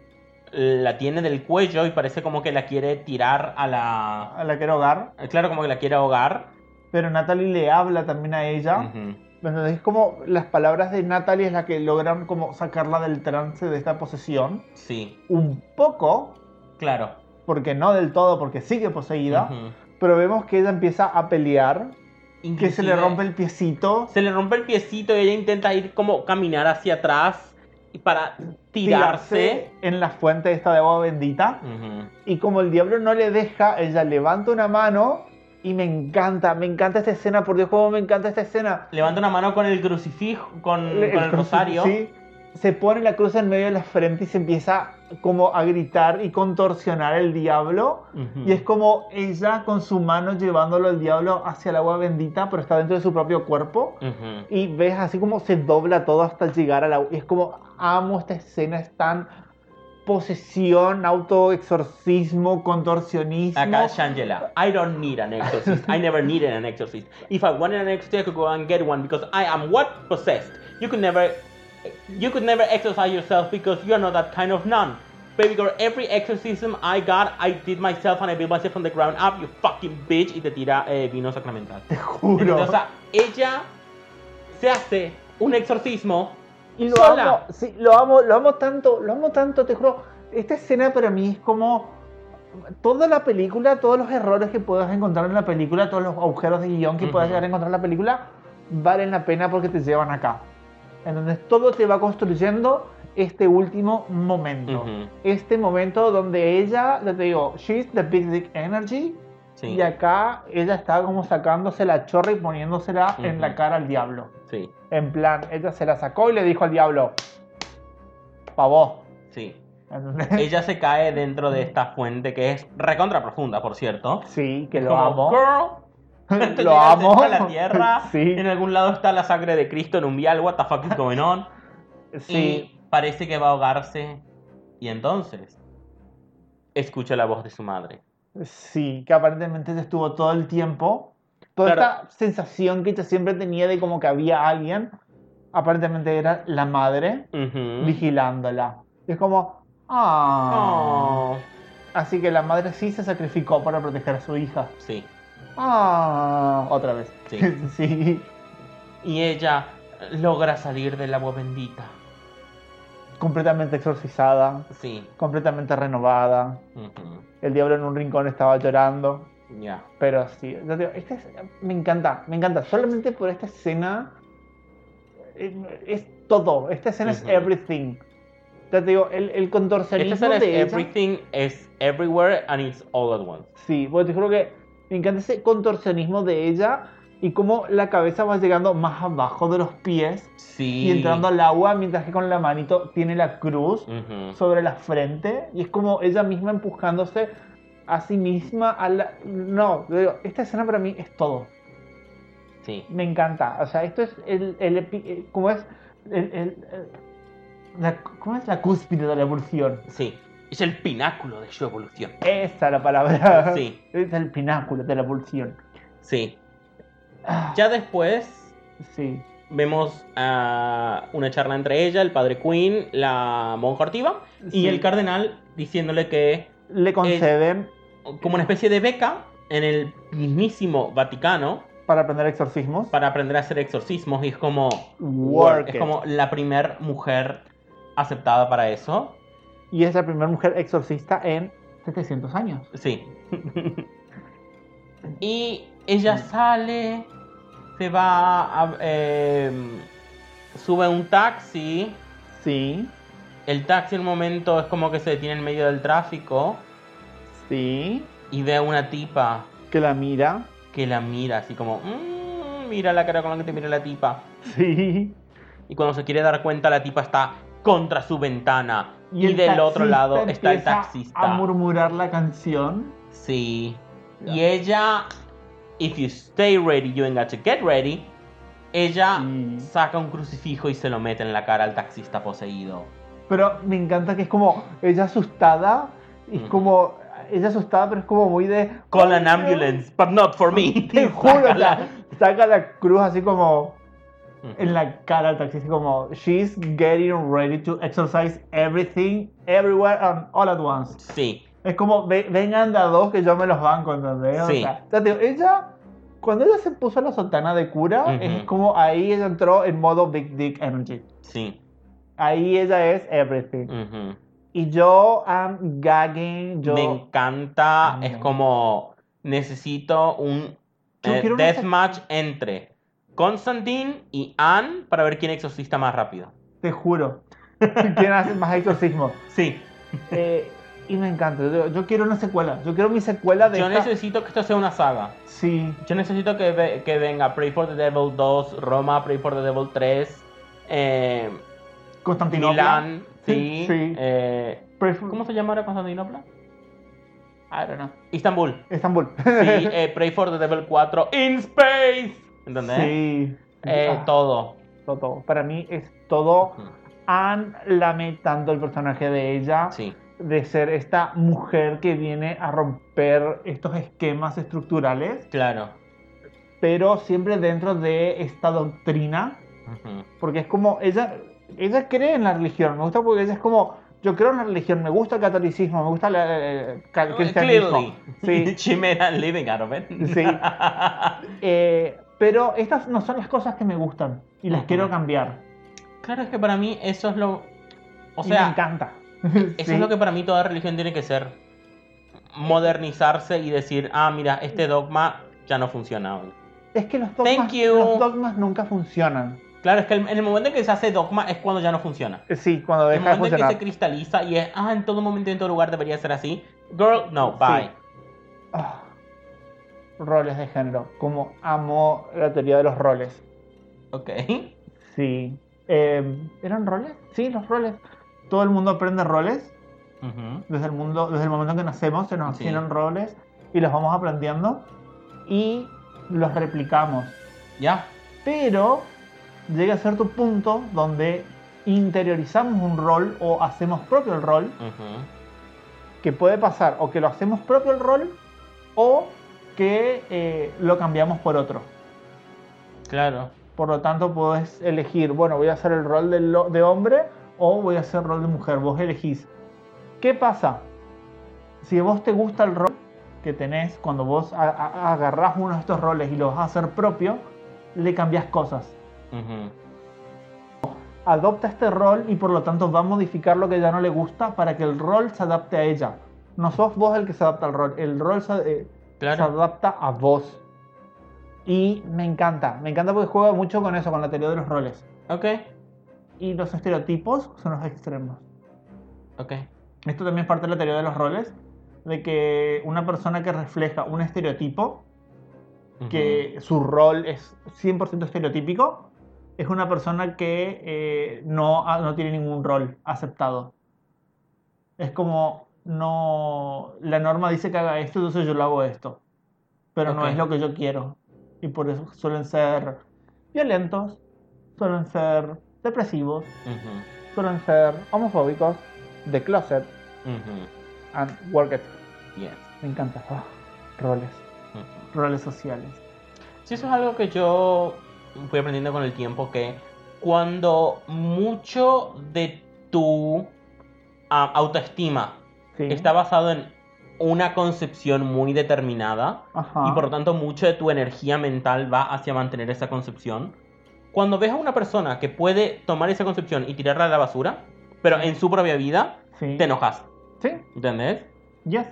la tiene del cuello y parece como que la quiere tirar a la... a la quiere ahogar. Claro, como que la quiere ahogar. pero Natalie le habla también a ella. Ujú. Entonces es como las palabras de Natalie es la que logran como sacarla del trance de esta posesión. Sí, Un poco, claro. porque no del todo, porque sigue poseída. Ujú. Pero vemos que ella empieza a pelear, que se le Inclusive- rompe el piecito. Se le rompe el piecito y ella intenta ir como caminar hacia atrás y para tirarse. tirarse en la fuente esta de agua bendita. Ujú. Y como el diablo no le deja, ella levanta una mano y me encanta, me encanta esta escena, por Dios, cómo me encanta esta escena. Levanta una mano con el crucifijo, con con Le- el, rosario. sí. se pone la cruz en medio de la frente y se empieza como a gritar y contorsionar el diablo. Ujú. Y es como ella con su mano llevándolo al diablo hacia el agua bendita, pero está dentro de su propio cuerpo. Ujú. Y ves así como se dobla todo hasta llegar al agua. Y es como, amo esta escena, es tan posesión, autoexorcismo, contorsionismo. Acá es Angela. I don't need an exorcist. I never needed an exorcist. If I wanted an exorcist, I could go and get one because I am what possessed. You could never, you could never exorcise yourself because you are not that kind of nun. Baby girl, every exorcism I got, I did myself and I built myself from the ground up. You fucking bitch. Y te tira eh, vino sacramental. Te juro. Entonces, o sea, ella se hace un exorcismo Y lo sola. amo, sí, lo amo, lo amo tanto, lo amo tanto, te juro. Esta escena para mí es como toda la película, todos los errores que puedas encontrar en la película, todos los agujeros de guión que puedas Ujú. llegar a encontrar en la película, valen la pena porque te llevan acá. Entonces todo te va construyendo este último momento. Ujú. Este momento donde ella, ya te digo, she's the big dick energy. Sí. Y acá ella está como sacándose la chorra y poniéndosela en la Ujú. cara al diablo. Sí. En plan, ella se la sacó y le dijo al diablo, pa' [laughs] vos. Sí. ¿Entendés? Ella se cae dentro de esta fuente que es recontra profunda, por cierto. Sí, que Es lo como, amo. [laughs] Girl, [laughs] esto Lo llega al amo. centro de la tierra. [laughs] Sí. En algún lado está la sangre de Cristo en un vial. What the fuck is going on? Sí, Y parece que va a ahogarse. Y entonces escucha la voz de su madre. sí, que aparentemente ella estuvo todo el tiempo. Toda Claro. esta sensación que ella siempre tenía de como que había alguien, aparentemente era la madre Ujú. vigilándola. Y es como, ah. Oh, Así que la madre sí se sacrificó para proteger a su hija. sí. Ah, otra vez. Sí. [laughs] sí. Y ella logra salir del agua bendita. Completamente exorcizada. Sí. completamente renovada. Ujú. El diablo en un rincón estaba llorando. Ya. Pero sí, yo digo, esta es- me encanta, me encanta. Solamente por esta escena eh, es todo. Esta escena es Ujú. everything. Ya te digo, el, el Esta contorsionismo escena es de ella- everything, es everywhere and it's all at once. Sí, porque te juro que me encanta ese contorsionismo de ella y cómo la cabeza va llegando más abajo de los pies Sí. y entrando al agua, mientras que con la manito tiene la cruz. Ujú. sobre la frente y es como ella misma empujándose a sí misma a la... No, yo digo, esta escena para mí es todo. Sí. Me encanta. O sea, esto es el... el epi- eh, ¿Cómo es? El- el- el- la, ¿Cómo es la cúspide de la evolución? Sí. Es el pináculo de su evolución. Esa es la palabra. [laughs] Sí. [laughs] Es el pináculo de la evolución. Sí. Ah, Ya después Sí. vemos ah, una charla entre ella, el padre Queen, la monja Ortiva Sí. y el cardenal diciéndole que Le conceden como una especie de beca en el mismísimo Vaticano para aprender exorcismos. para aprender a hacer exorcismos y es como Work es it. como la primer mujer aceptada para eso. Y es la primera mujer exorcista en 700 años. Sí. [laughs] y ella Mm. sale, se va, a- em, sube a un taxi. Sí. El taxi en un momento es como que se detiene en medio del tráfico Sí. y ve a una tipa Que la mira. que la mira así como, "Mm", mira la cara con la que te mira la tipa. Sí. Y cuando se quiere dar cuenta, la tipa está contra su ventana. Y, el del taxista otro lado está empieza el A taxista. murmurar la canción. Sí. Ya. Y ella, if you stay ready, you ain't got to get ready. Ella Sí. saca un crucifijo y se lo mete en la cara al taxista poseído. Pero me encanta que es como ella asustada. Y es Ujú. como. Ella asustada, pero es como muy de. Call an ambulance, but not for [laughs] me. Te juro, o [laughs] sea, saca la cruz así como en Ujú. la cara al taxista, como she's getting ready to exercise everything, everywhere and all at once. Sí. Es como, "Ve- vengan de a dos que yo me los banco, ¿entendés? O Sí. sea, ya te digo, ella, cuando ella se puso la sotana de cura, Ujú. es como ahí ella entró en modo Big Dick Energy. Sí. Ahí ella es everything. Ujú. Y yo am gagging, yo... Me encanta. Es Ujú. como. Necesito un Yo eh, quiero una- deathmatch entre Constantine y Anne para ver quién exorcista más rápido. Te juro. [laughs] ¿Quién hace más exorcismo? Sí. Eh, y me encanta. Yo, yo quiero una secuela. Yo quiero mi secuela de Yo esta- necesito que esto sea una saga. Sí. Yo necesito que, ve- que venga Pray for the Devil 2, Roma, Pray for the Devil 3, eh, Constantinopla. Milán, sí. Sí. eh, Pref- ¿Cómo se llama ahora Constantinopla? I don't know. Istambul. [laughs] Estambul. [laughs] Sí, eh, Pray for the Devil 4, In Space. ¿Entendés? Sí. Eh, Ah, Oh. Todo. todo, todo. Para mí es todo. Han lamentando el personaje de ella. Sí. De ser esta mujer que viene a romper estos esquemas estructurales. Claro. Pero siempre dentro de esta doctrina. Ujú. Porque es como, ella, ella cree en la religión, me gusta porque ella es como, yo creo en la religión, me gusta el catolicismo, me gusta la- el ca- cristianismo. Clearly. [laughs] Sí, She made a living out of it. [laughs] Sí. eh, pero estas no son las cosas que me gustan y las Ujú. quiero cambiar. claro, es que para mí eso es lo. O y me sea, encanta. Eso Sí. es [laughs] lo que para mí toda religión tiene que ser. Modernizarse y decir, ah, mira, este dogma ya no funciona hoy. Es que los dogmas, Thank you. los dogmas nunca funcionan. Claro, es que el- en el momento en que se hace dogma es cuando ya no funciona. Sí, cuando En el deja de momento en que se funcionar. cristaliza y es, ah, en todo momento y en todo lugar debería ser así. Girl, no, Sí. bye. Ah. roles de género, como amo la teoría de los roles. Ok. Sí. Eh, ¿Eran roles? Sí, los roles. Todo el mundo aprende roles. Ujú. desde el mundo, desde el momento en que nacemos, se nos Sí. asignan roles y los vamos aprendiendo y los replicamos. Ya. Pero llega a cierto punto donde interiorizamos un rol o hacemos propio el rol, Ujú. que puede pasar o que lo hacemos propio el rol o que eh, lo cambiamos por otro. Claro. Por lo tanto, puedes elegir, bueno, voy a hacer el rol de, lo- de hombre o voy a hacer el rol de mujer. Vos elegís. ¿Qué pasa? Si a vos te gusta el rol que tenés, cuando vos a- a- agarrás uno de estos roles y lo vas a hacer propio, le cambias cosas. Ujú. Adopta este rol y por lo tanto va a modificar lo que ya no le gusta para que el rol se adapte a ella. No sos vos el que se adapta al rol, el rol se, eh, se Claro. adapta a vos. Y me encanta, me encanta porque juega mucho con eso, con la teoría de los roles. Ok. y los estereotipos son los extremos. Ok. Esto también es parte de la teoría de los roles, de que una persona que refleja un estereotipo, Ujú. que su rol es 100% estereotípico, es una persona que eh, no, ha- no tiene ningún rol aceptado. Es como, no, la norma dice que haga esto, entonces yo lo hago esto, pero no Ok. es lo que yo quiero. Y por eso suelen ser violentos, suelen ser depresivos, Ujú. suelen ser homofóbicos, de closet Ujú. and work it. Yes. Me encanta. Ah, roles, Ujú. roles sociales. Sí, eso es algo que yo fui aprendiendo con el tiempo, que cuando mucho de tu ah, autoestima Sí. está basado en una concepción muy determinada, Ajá. y por lo tanto mucho de tu energía mental va hacia mantener esa concepción, cuando ves a una persona que puede tomar esa concepción y tirarla a la basura, pero en su propia vida, sí. te enojas, Sí. ¿entendés? Yes.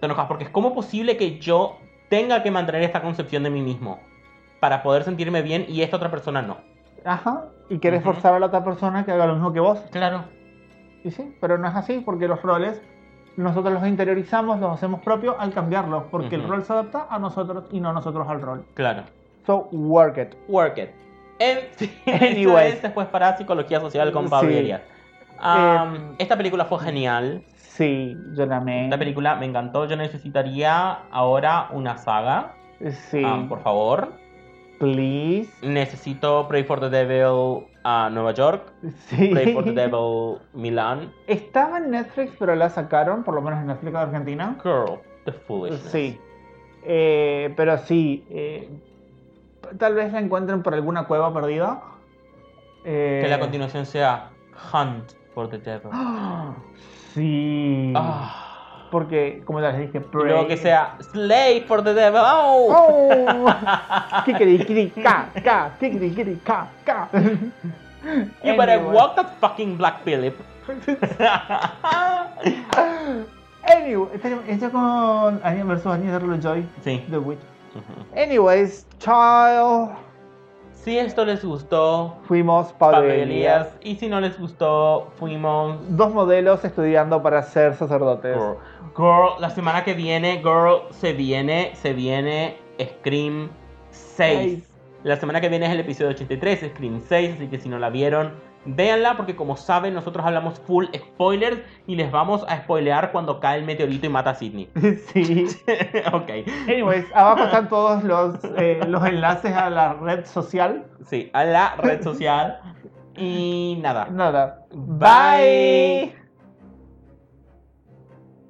Te enojas porque es como posible que yo tenga que mantener esta concepción de mí mismo para poder sentirme bien y esta otra persona no. Ajá. Y quieres Ujú. forzar a la otra persona que haga lo mismo que vos. Claro. Y sí, pero no es así porque los roles nosotros los interiorizamos, los hacemos propios al cambiarlos, porque el Ujú. rol se adapta a nosotros y no nosotros al rol. Claro. So work it. Work it. En [laughs] fin, Anyway. eso es después para psicología social con Pablo Sí. Irías. Am, Em, esta película fue genial. Sí, yo la amé. Esta película me encantó. Yo necesitaría ahora una saga. Sí, Am, Ah, por favor. please. Necesito Pray for the Devil a Nueva York. Sí. Pray for the Devil Milán. Estaba en Netflix, pero la sacaron, por lo menos en Netflix de Argentina. Girl, the foolishness. Sí. Eh, pero sí, eh, tal vez la encuentren por alguna cueva perdida. Eh, Que la continuación sea Hunt for the Devil. ¡Ah! Sí. Ah. Porque, como ya les dije, Y luego pray. que sea Slay for the Devil. ¡Oh! [laughs] ¡Oh! Kikirikiri, ka, ka, kikirikiri, ka, ka. [laughs] You better Anyway. walk that fucking Black [laughs] Phillip. Anyway, espera, está con Alien vs. Alien Darlo Joy, sí. The Witch. Ujú. Anyways, child. Si esto les gustó, Fuimos Pablo Pablo y y Elías. Elías. Y si no les gustó, fuimos. Dos modelos estudiando para ser sacerdotes. Girl. Girl, la semana que viene, girl, se viene, se viene Scream 6. Seis. La semana que viene es el episodio 83, Scream 6, así que si no la vieron, véanla porque como saben, nosotros hablamos full spoilers y les vamos a spoilear cuando cae el meteorito y mata a Sidney. [laughs] Sí. [laughs] ok. Anyways, abajo están todos los, eh, los enlaces a la red social. Sí, a la red social. Y nada. Nada. Bye.